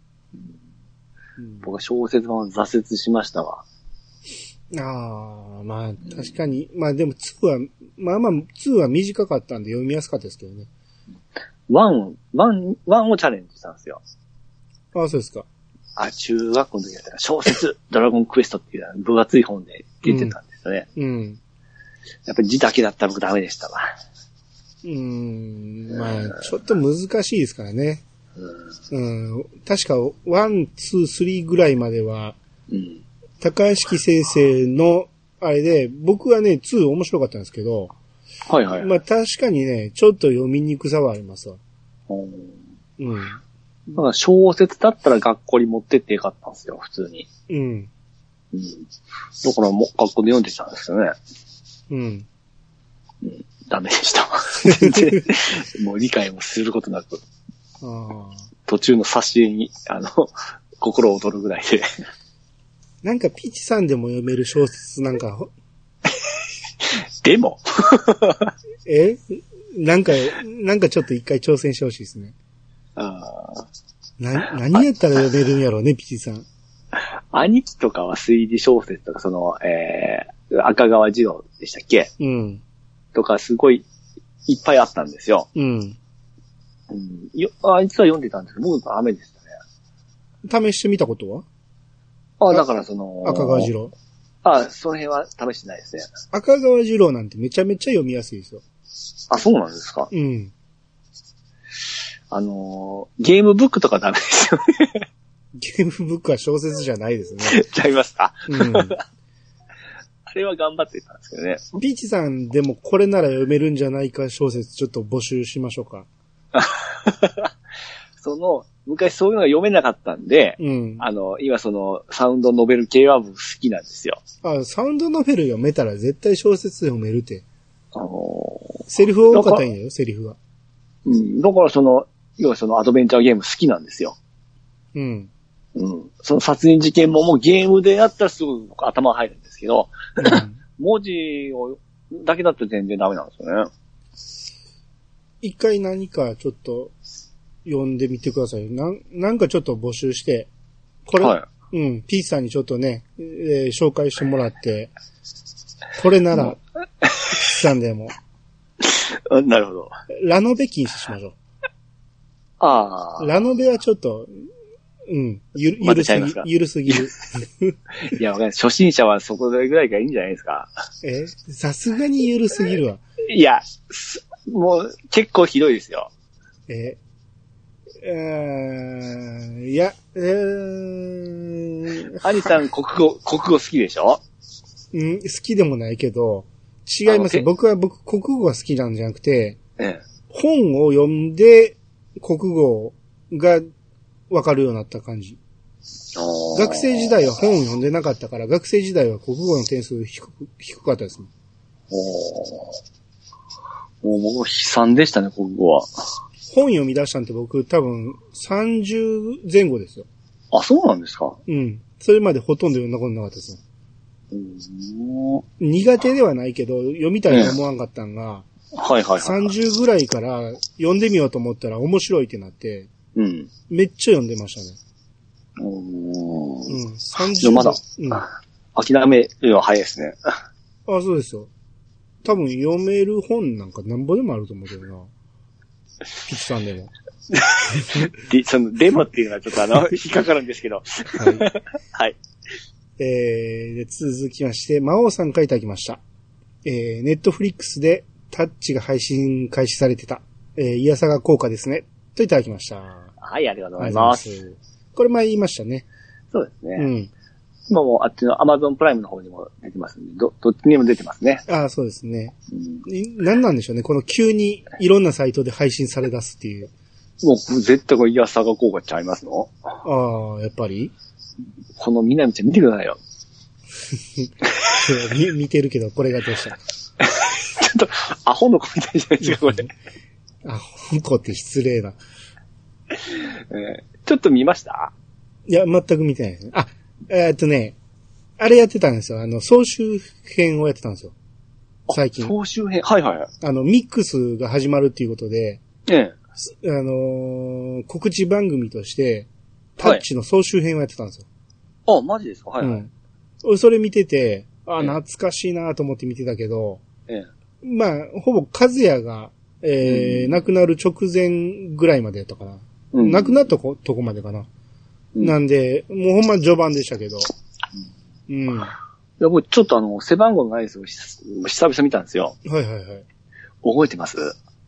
僕は小説版を挫折しましたわ。ああ、まあ、確かに。まあでも2は、まあまあ、2は短かったんで読みやすかったですけどね。ワン、ワン、ワンをチャレンジしたんですよ。ああ、そうですか。あ、中学校の時だったら小 説、ドラゴンクエストっていう分厚い本で出てたんですよね。うん。やっぱり字だけだったら僕ダメでしたわ。うーん、まあ、ちょっと難しいですからね。うん、確か、ワン、ツー、スリーぐらいまでは、うん。高橋先生の、あれで、僕はね、ツー面白かったんですけど、はいはい。まあ確かにね、ちょっと読みにくさはありますわ。うんうん。だから小説だったら学校に持ってってよかったんですよ、普通に。うん。うん。だからもう学校で読んでたんですよね。うん。ダメでしたわ。全然。 もう理解もすることなく、ああ。途中の挿絵に、あの、心躍るぐらいで。なんか、ピチさんでも読める小説なんか、ほでも、えなんか、なんかちょっと一回挑戦してほしいですね。あーな、何やったら読めるんやろうね、ピチさん。兄貴とかは推理小説とか、その、えー、赤川二郎でしたっけうん。とか、すごい、いっぱいあったんですよ。うん。うん。よ、あいつは読んでたんですけど、僕はダメでしたね。試してみたことはあ、だからその、赤川次郎。あ、その辺は試してないですね。赤川次郎なんてめちゃめちゃ読みやすいですよ。あ、そうなんですかうん。あのー、ゲームブックとかダメですよね。ゲームブックは小説じゃないですね。 ちゃいますか うあれは頑張ってたんですけどね。ん。ピーチさんでもこれなら読めるんじゃないか小説ちょっと募集しましょうか。その、昔そういうのが読めなかったんで、うん。あの、今その、サウンドノベル系は僕好きなんですよ。あ、サウンドノベル読めたら絶対小説読めるって。あのー、セリフは多かったらいいんだよ、セリフは。うん、だからその、要はそのアドベンチャーゲーム好きなんですよ。うん。うん。その殺人事件ももうゲームでやったらすごく僕頭入るんですけど、うん文字を、だけだと全然ダメなんですよね。一回何かちょっと読んでみてください。なん、なんかちょっと募集して、これ、はい。うん、ピーチさんにちょっとね、えー紹介してもらって、これなら、ピーチさんでも、うんなるほど。ラノベ禁止しましょああ う。。ラノベはちょっと、うん、ゆる、ゆまるたちゃすいぎますか、ゆるすぎる。いや、わかんない。初心者はそこぐらいがいいんじゃないですか。えさすがにゆるすぎるわ。いや、すもう結構ひどいですよ。ええー、いや、えー、アニ さん国語、国語好きでしょうん、好きでもないけど、違いますあのけよ。僕は、僕、国語が好きなんじゃなくて、うん。本を読んで、国語がわかるようになった感じ。学生時代は本を読んでなかったから、学生時代は国語の点数低く低かったですもん。おーもう僕は悲惨でしたね、国語は。本読み出したんって僕多分30前後ですよ。あ、そうなんですかうん。それまでほとんど読んだことなかったですよ。うーん。苦手ではないけど、読みたいと思わんかったんが、はいはいはい。 30ぐらいから読んでみようと思ったら面白いってなって、うん。めっちゃ読んでましたね。おーうん。30でもまだうん。あ、諦めるのは早いですね。そうですよ。多分読める本なんかなんぼでもあると思うけどな。ピッチさんでも。で、その、デモっていうのはちょっとあ の、引っかかるんですけど。は はい。い。えー、で続きまして、魔王さん書いてあきました。えー、ネットフリックスでタッチが配信開始されてた、えー、イヤサが効果ですね。といただきました。あはい、ありがとうございます。りがとうございます。これ前言いましたね。そうですね。うん。今もうあっちの Amazon プライムの方にも出てますんで、ど、どっちにも出てますね。ああ、そうですね。うんい何なんでしょうね。この急にいろんなサイトで配信され出すっていう。もう絶対これ、いや、佐賀効果ちゃいますのああ、やっぱりこのみなみちゃん見てくださいよ。そう見見てるけど、これがどうしたちょっと、アホの子みたいじゃないですか、これ。あ、香港って失礼な。えーちょっと見ましたいや、全く見てないですね。あ、えーっとね、あれやってたんですよ。あの、総集編をやってたんですよ。最近。総集編。はいはいはい。あの、ミックスが始まるっていうことで、ええ。すあのー告知番組として、タッチの総集編をやってたんですよ。あ、マジですかはい、はいうん。俺それ見てて、あ、あ、うん懐かしいなと思って見てたけど、えまあ、ほぼ和也が、えー亡くなる直前ぐらいまでやったかな。う亡くなったこ、とこまでかな。うんなんで、もうほんま序盤でしたけど。うん。はいや、僕ちょっとあの、背番号のないですよ。久々見たんですよ。いはいはい。覚えてます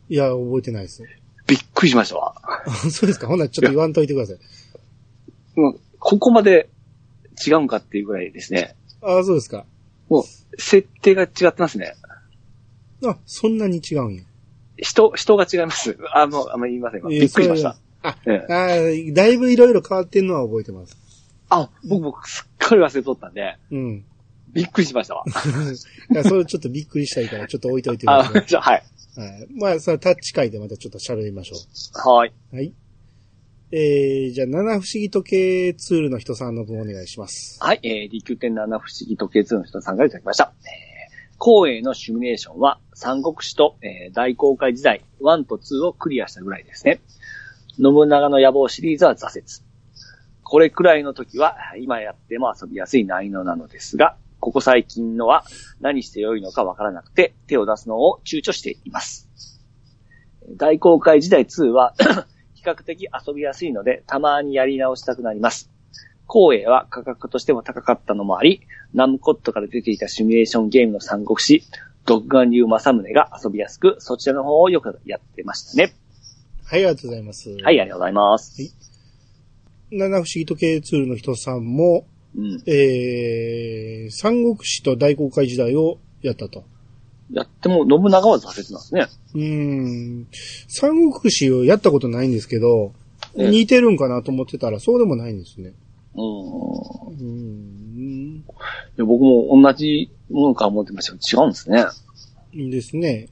いや、覚えてないです。びっくりしましたわ。 あそうですかほんならちょっと言わんといてください。うんここまで違うんかっていうぐらいですね。ああ、そうですか。設定が違ってますね。あ、そんなに違うんや。人、人が違います。あ、もう、あんまり言いませんが。えーびっくりしました。そええあーだいぶいろいろ変わってんのは覚えてます。あ、僕、僕、すっかり忘れとったんで、うん。びっくりしましたわ。い や、それちょっとびっくりしたいから、ちょっと置いといてくだあさ、じゃあはい。い。はい、まあ、さ、タッチ会でまたちょっと喋りましょはい。う。はい。えー、じゃあ、七不思議時計ツールの人さんの分お願いします。はい、えー、D9.7 不思議時計図の人さんからいただきました。えー光栄のシミュレーションは、三国志と、えー大航海時代、1と2をクリアしたぐらいですね。信長の野望シリーズは挫折。これくらいの時は、今やっても遊びやすい難易度なのですが、ここ最近のは何して良いのかわからなくて、手を出すのを躊躇しています。大航海時代2は、 比較的遊びやすいので、たまにやり直したくなります。光栄は価格としても高かったのもあり、ナムコットから出ていたシミュレーションゲームの三国志、ドッグアン流正宗が遊びやすく、そちらの方をよくやってましたね。はい、ありがとうございます。はい、ありがとうございます。七不思議時計ツールの人さんも、うん。えー、三国志と大航海時代をやったと。やっても、信長は挫折なんですね。うーん。三国志をやったことないんですけど、ええ似てるんかなと思ってたら、そうでもないんですね。うん。うーん。いや僕も同じものか思ってましたけど、違うんですね。ですね。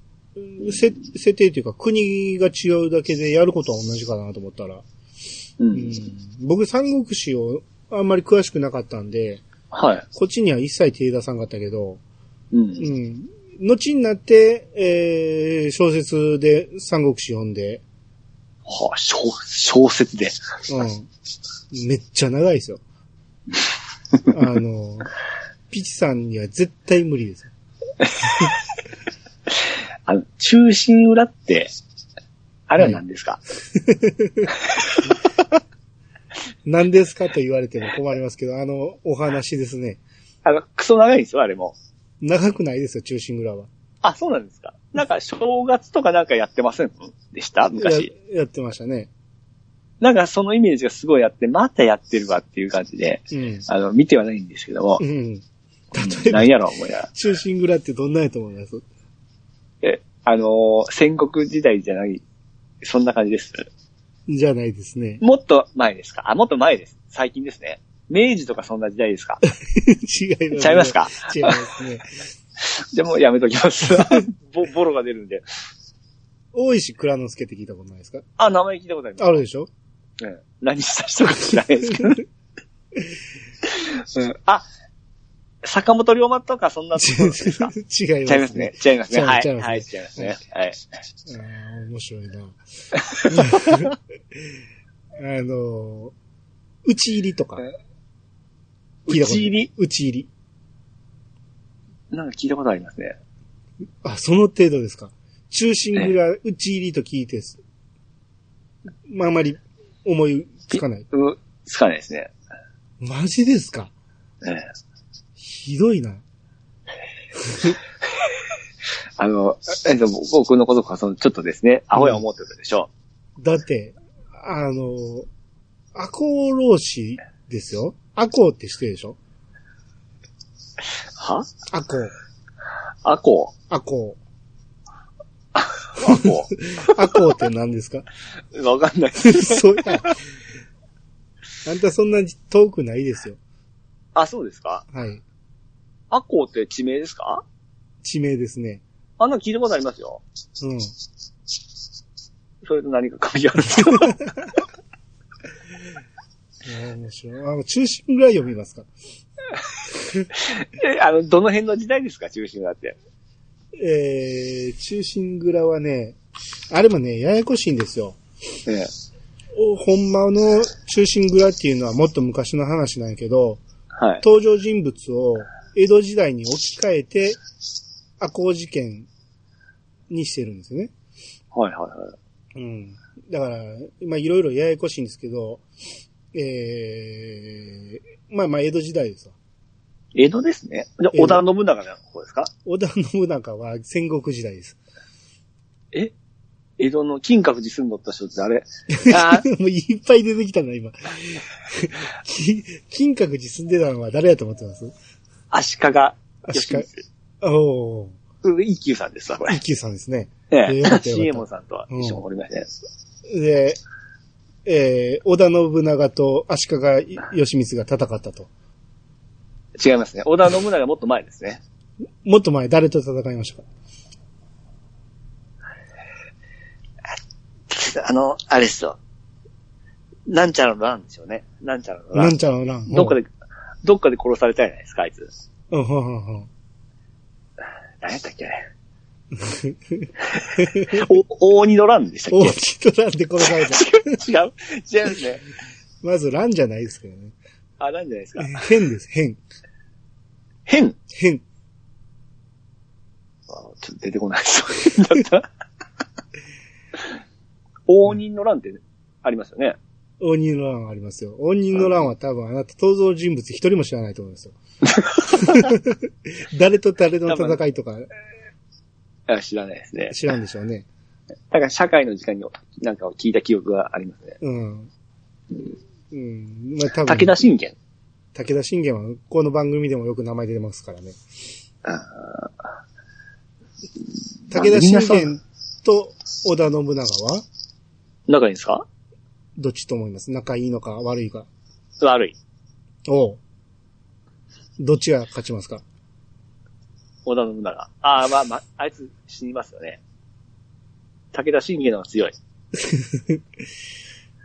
せ設定というか、国が違うだけでやることは同じかなと思ったら。ううんん。、僕、三国志をあんまり詳しくなかったんで、はい。こっちには一切手出さんかったけど、う。うんん。後になって、えー、小説で三国志読んで、はあ、小小説で。うん。めっちゃ長い ですよ。あの、ピチさんには絶対無理ですよ。あの、中心裏って、あれは何ですか、何ですかと言われても困りますけど、あの、お話ですね。あの、クソ長いんですよ、あれも。長くないですよ、中心蔵は。あ、そうなんですか。なんか、正月とかなんかやってませんでした昔。や。やってましたね。なんか、そのイメージがすごいあって、またやってるわっていう感じで、うん。あの、見てはないんですけどもう、ん。なんやろ、思いながら。中心蔵ってどんなやと思いますえ、あのー戦国時代じゃない、そんな感じです。じゃないです ね。もっと前ですかあ、もっと前です。最近ですね。明治とかそんな時代ですか違います。ちゃいますか違いますね。じゃあもうやめとき ます。ボボロが出るんで。大石倉之助って聞いたことないですかあ、名前聞いたことあります。あるでしょうん何した人か知らない ですけど。うん、あ、坂本龍馬とかそんなところです か 違いま違いますすねね。。違いますね。はい。違はいい。まはい。す違いますね。はい。ああ、面白いな。 あの、打ち入りとか。聞いたことない打ち入り打ち入り。なんか聞いたことありますね。あ、その程度ですか。中心蔵、打ち入りと聞いてす、まあ、あまり思いつかない。うん、つかないですね。マジですかええひどいな。あの、えっと僕のことか、その、ちょっとですね、アホや思ってたでしょ。だって、あの、アコー老子ですよ。アコーって知ってるでしょはアコー、アコアコアコー。アコーって何ですか わかんない。 そうや。あんたそんな遠くないですよ。あ、そうですかはい。アコって地名ですか地名ですね。あんなの聞いたことありますよ。うん。それと何か関係あるんですか ああ、面白い。あの、中心ぐらい読みますか。えあの、どの辺の時代ですか中心だって。えー、中心蔵はね、あれもね、ややこしいんですよ。ええおほんまの中心蔵っていうのはもっと昔の話なんやけど、はい。登場人物を、江戸時代に置き換えて、赤穂事件にしてるんですよね。はいはいはうい。ん。だから、まあいろいろややこしいんですけど、えー、まあまあ江戸時代ですわ。江戸ですね。じゃあ、江戸織田信長の方ですか織田信長は戦国時代です。え江戸の金閣寺住んどった人って 誰あもういっぱい出てきたな、今。 き金閣寺住んでたのは誰やと思ってます足利義満。おー、うん一休さんですわ、これ一。休さんですね。ええよかえ。ったよかった CM さんとは一緒におりましたね。で、えー、織田信長と足利義満が戦ったと。違いますね。織田信長もっと前ですね。もっと前、誰と戦いましたかあの、あれですよ。なんちゃらの乱ですよね。なんちゃらのなん乱。ちゃらのな。どっかで、どっかで殺されたじゃないですか、あいつ。うん。うん、うん、うんうん。何やったっ けお、大二の乱でした大っ地と乱で殺された。 け違う違う違うんですね。まず乱じゃないですけどね。あ、なんじゃないですか。変です、変。変変。あちょっと出てこない。 そうだったら。 応仁の乱ってありますよね。応仁の乱はありますよ。応仁の乱は多分あなた登場人物一人も知らないと思います よ。誰と誰の戦いとかあ知らないですね。知らんでしょうね。だから社会の時間になんかを聞いた記憶がありますね。うん。うん。まあ多分。武田信玄。武田信玄は、この番組でもよく名前出てますからね。武田信玄と織田信長は、仲いいんですかどっちと思います仲いいのか悪いか。悪い。おうどっちが勝ちますか織田信長。ああ、まあまあ、あいつ死にますよね。武田信玄の方が強い。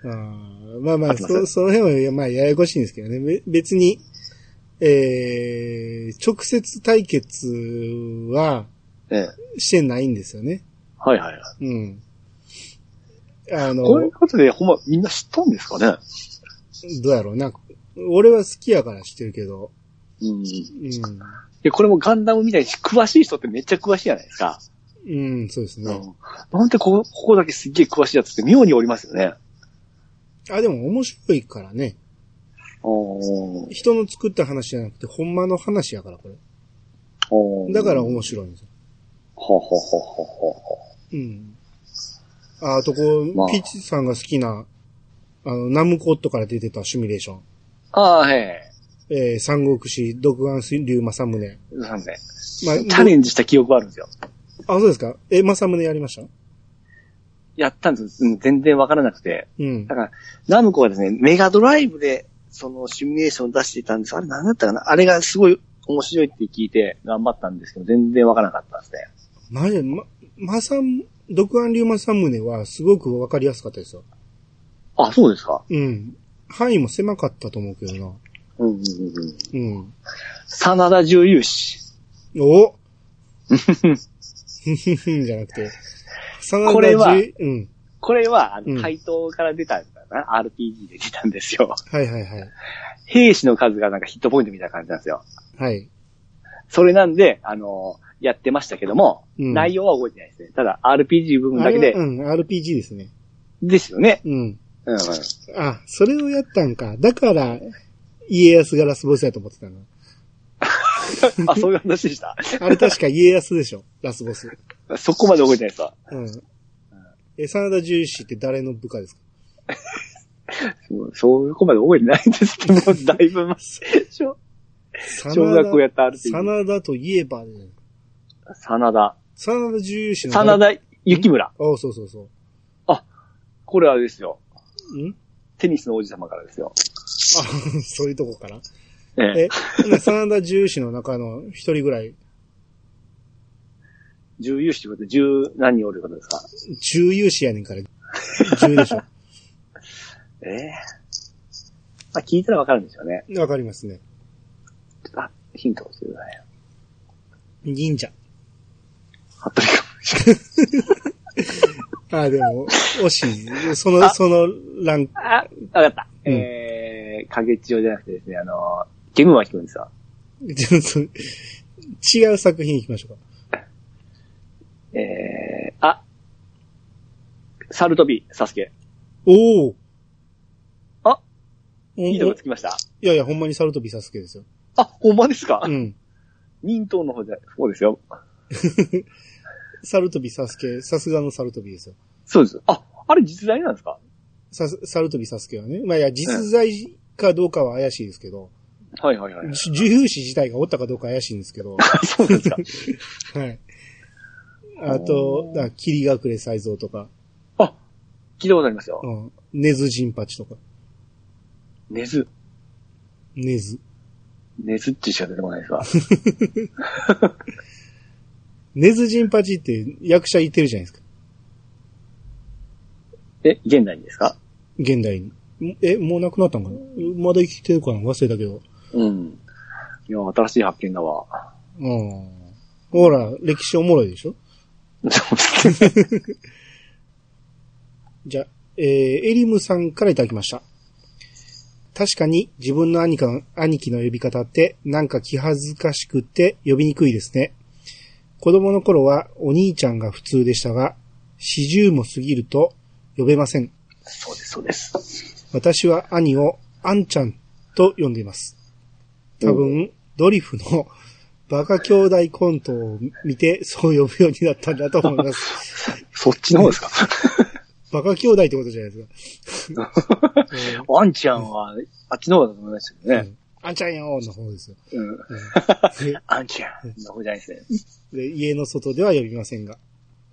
あーまあま合あ、ってますそその辺は、まあ、ややこしいんですけどね。べ別に、えー、直接対決はええ。してないんですよね。はいはいはい。うん。あの、こういうことで、ほんま、みんな知ったんですかねどうやろうな。俺は好きやから知ってるけど、うん。うん。で、これもガンダムみたいに詳しい人ってめっちゃ詳しいじゃないですか。うん、そうですね。うん。なんでここ、ここだけすっげえ詳しいやつって妙におりますよね。あ、でも面白いからね。お人の作った話じゃなくて、ほんまの話やから、これ。おだからほう面白いんですよ。ほうほうほうほうほうん。ああと、こう、まあピッチさんが好きな、あの、ナムコットから出てたシミュレーション。う。ああ、へえー、三国志、独眼竜政宗。え。なんで。まあチャレンジした記憶はあるんですよ。あ、そうですかえ、政宗やりましたやったんですうん全然わからなくて。うんだ。から、ナムコはですね、メガドライブで、そのシミュレーションを出していたんです。あれ何だったかなあれがすごい面白いって聞いて頑張ったんですけど、全然わからなかったですね。何や、ま、まさん、独眼竜政宗はすごくわかりやすかったですよ。あ、そうですかうん。範囲も狭かったと思うけどな。うんうんうんうん。うん。真田重勇士。おふふふじゃなくて。真田これは十うん。これは、あうんの、回答から出たんだな、RPG で出たんですよ。はいはいはい。兵士の数がなんかヒットポイントみたいな感じなんですよ。はい。それなんで、あのやってましたけども、うん内容は覚えてないですね。ただ、RPG 部分だけあれでは、うん、RPG ですね。ですよね。うん。うん うん。あ、それをやったんか。だから、家康がラスボスやと思ってたの。あ、そういう話でした。あれ確か家康でしょ、 ラスボス。そこまで覚えてないですわ。うん。え、真田十一士って誰の部下ですかそうそこまで覚えてないんですけど、 だいぶ前、小真小学校やった真 RPG。田といえば、ね、真田。真田十一士の。真田。田幸村。おそうそうそこれはあれですよ。う。んテニスの王子様からですよ。あ、 そういうとこから。ええ。え、ほな真田十一士の中の一人ぐらい、重勇士ってことで、十何人おることですか重有士やねんから。重でしょ。ええまあ、聞いたらわかるんですよね。わかりますね。あ、ヒントをしてください。忍者。服部あ、でも、惜しい。その、あそのランク、 君。あ、わかった。うんえー、影千代じゃなくてですね、あの、ゲムマキ君ですわ。ちょっと違う作品行きましょうか。えー、あ、サルトビ、サスケ。おおあいいいとこつきましたいやいや、ほんまにサルトビサスケですよ。あ、ほんまですかうん。忍島の方じゃない。そうですよ。サルトビサスケ、さすがのサルトビですよ。そうです。あ、あれ実在なんですかさ、サルトビサスケはね。まあいや、実在かどうかは怪しいですけど、はいはいはい。じゅ重視自体がおったかどうか怪しいんですけど、 そうなんですか。はい。あと、だ霧隠れ再造とか、 あ、聞いたことありますよ。うん。ネズジンパチとか、ネズ、ネズ。ネズっちしか出てこないですわ。 ネズジンパチって役者いてるじゃないですか。え、現代にですか現代に。んえ、もう亡くなったんかなまだ生きてるかな忘れたけど。うん。いや、新しい発見だ わ。うん。ほら、歴史おもろいでしょじゃあ、えー、エリムさんからいただきました。確かに自分の兄か兄貴の呼び方ってなんか気恥ずかしくって呼びにくいですね。子供の頃はお兄ちゃんが普通でしたが、四十も過ぎると呼べません。そうです、そうです。私は兄をアンちゃんと呼んでいます。多分、ドリフのバカ兄弟コントを見てそう呼ぶようになったんだと思います。そっちの方ですかバカ兄弟ってことじゃないですか。えーワンちゃんは、あっちの方だと思いましたけどね。あんちゃんよーの方ですよ。 うん。でアンちゃんの方じゃないですね。で家の外では呼びませんが。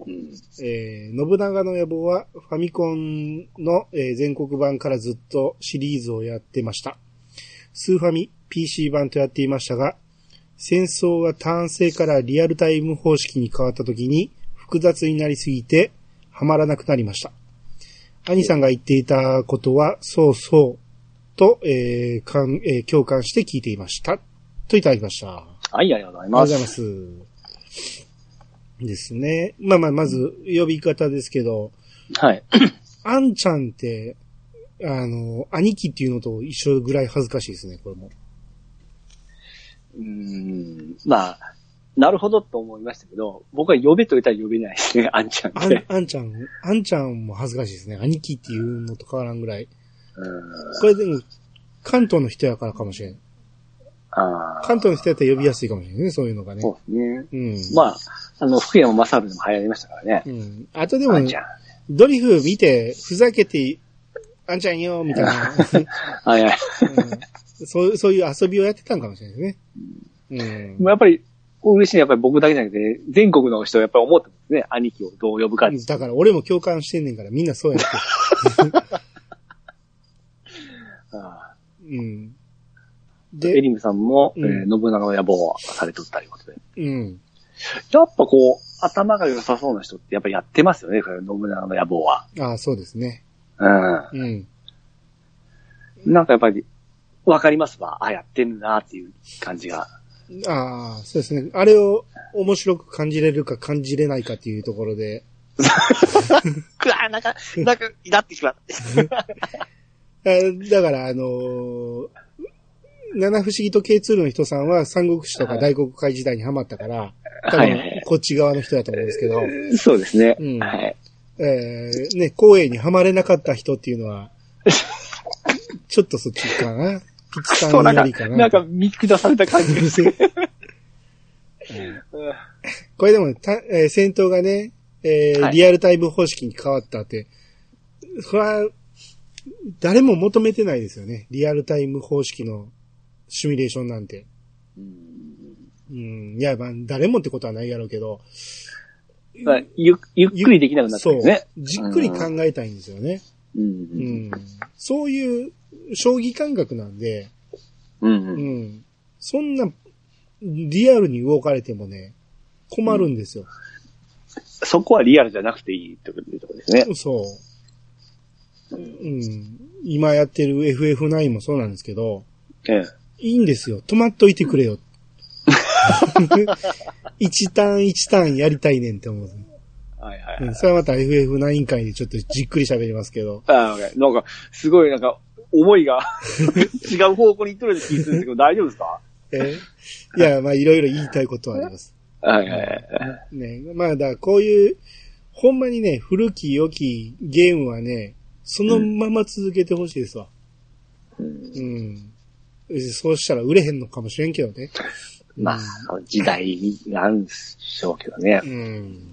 うん。えー信長の野望はファミコンの、えー全国版からずっとシリーズをやってました。スーファミ、PC 版とやっていましたが、戦争が単性からリアルタイム方式に変わった時に複雑になりすぎてはまらなくなりました。兄さんが言っていたことは、そうそう、と、えー感えー共感して聞いていました。といただきました。はい、ありがとうおございはよまうごす。ざいます。ですね。まあまあ、まず、呼び方ですけど、はい。あんちゃんって、あの、兄貴っていうのと一緒ぐらい恥ずかしいですね、これ も。うーん。まあ、なるほどと思いましたけど、僕は呼べと言ったら呼べないですね、ア ンちゃんあっんて、。あんちゃん、あんちゃんも恥ずかしいですね。兄貴っていうのと変わらんぐらい。うん。これでも、関東の人やからかもしれん。ああ。関東の人やったら呼びやすいかもしれんね、そういうのがね。そうですね。うん。あ。まあ、あの、福山雅治でも流行りましたからね。うん。あとであもん、ちゃん。ドリフ見て、ふざけて、あんちゃんよ、みたいな。はいはい。うんそう、そういう遊びをやってたんかもしれないですね。うん。やっぱり、嬉しいのはやっぱり僕だけじゃなくて、全国の人はやっぱり思ってますね。兄貴をどう呼ぶかって。だから俺も共感してんねんからみんなそうやって。ああうん。エで、リムさんも、うんえー信長の野望はされとったということで。うん。やっぱこう、頭が良さそうな人ってやっぱやってますよね、これ信長の野望は。ああ、そうですね。ううん。ん。なんかやっぱり、わかりますわ。あ、やってるなっていう感じが。ああ、そうですね。あれを面白く感じれるか感じれないかっていうところで。くわなんか、なんか、なってしまった。あだから、あのー七不思議と K2 の人さんは三国志とか大国会時代にハマったから、多はいは分いこっち側の人だと思うんですけど、そうですね。うんはい。えー、ね、光栄にはまれなかった人っていうの は、ちょっとそっちかな。ピチさそうんなのんよりかか、な。なんか見下された感じが する。うんこれでもね、たえー戦闘がね、えーはいリアルタイム方式に変わったって、それは、誰も求めてないですよね。リアルタイム方式のシミュレーションなんて。うん、いや、まあ、誰もってことはないやろうけど、まあゆゆっくりできなくなったそんうですね。、じっくり考えたいんですよね。ううんん、そういう、将棋感覚なんで、うんううんん。そんな、リアルに動かれてもね、困るんですよ。そこはリアルじゃなくていいというところですね。そう。うん。今やってる FF9 もそうなんですけど、えいいんですよ。止まっといてく れよ。一ターン一ターンやりたいねんって思う。えはいはいはうい。ん、それはまた FF9 回でちょっとじっくり喋りますけど。あわかる なんか、すごいなんか、思いが違う方向に行ってるような気がするんですけど、大丈夫ですかえーいや、まあ、いろいろ言いたいことはあります。はいはいはい。ね、まあ、だからこういう、ほんまにね、古き良きゲームはね、そのまま続けてほしいですわ。うんうん。そうしたら売れへんのかもしれんけどね。まあ、時代があるんでしょうけどねう。ん。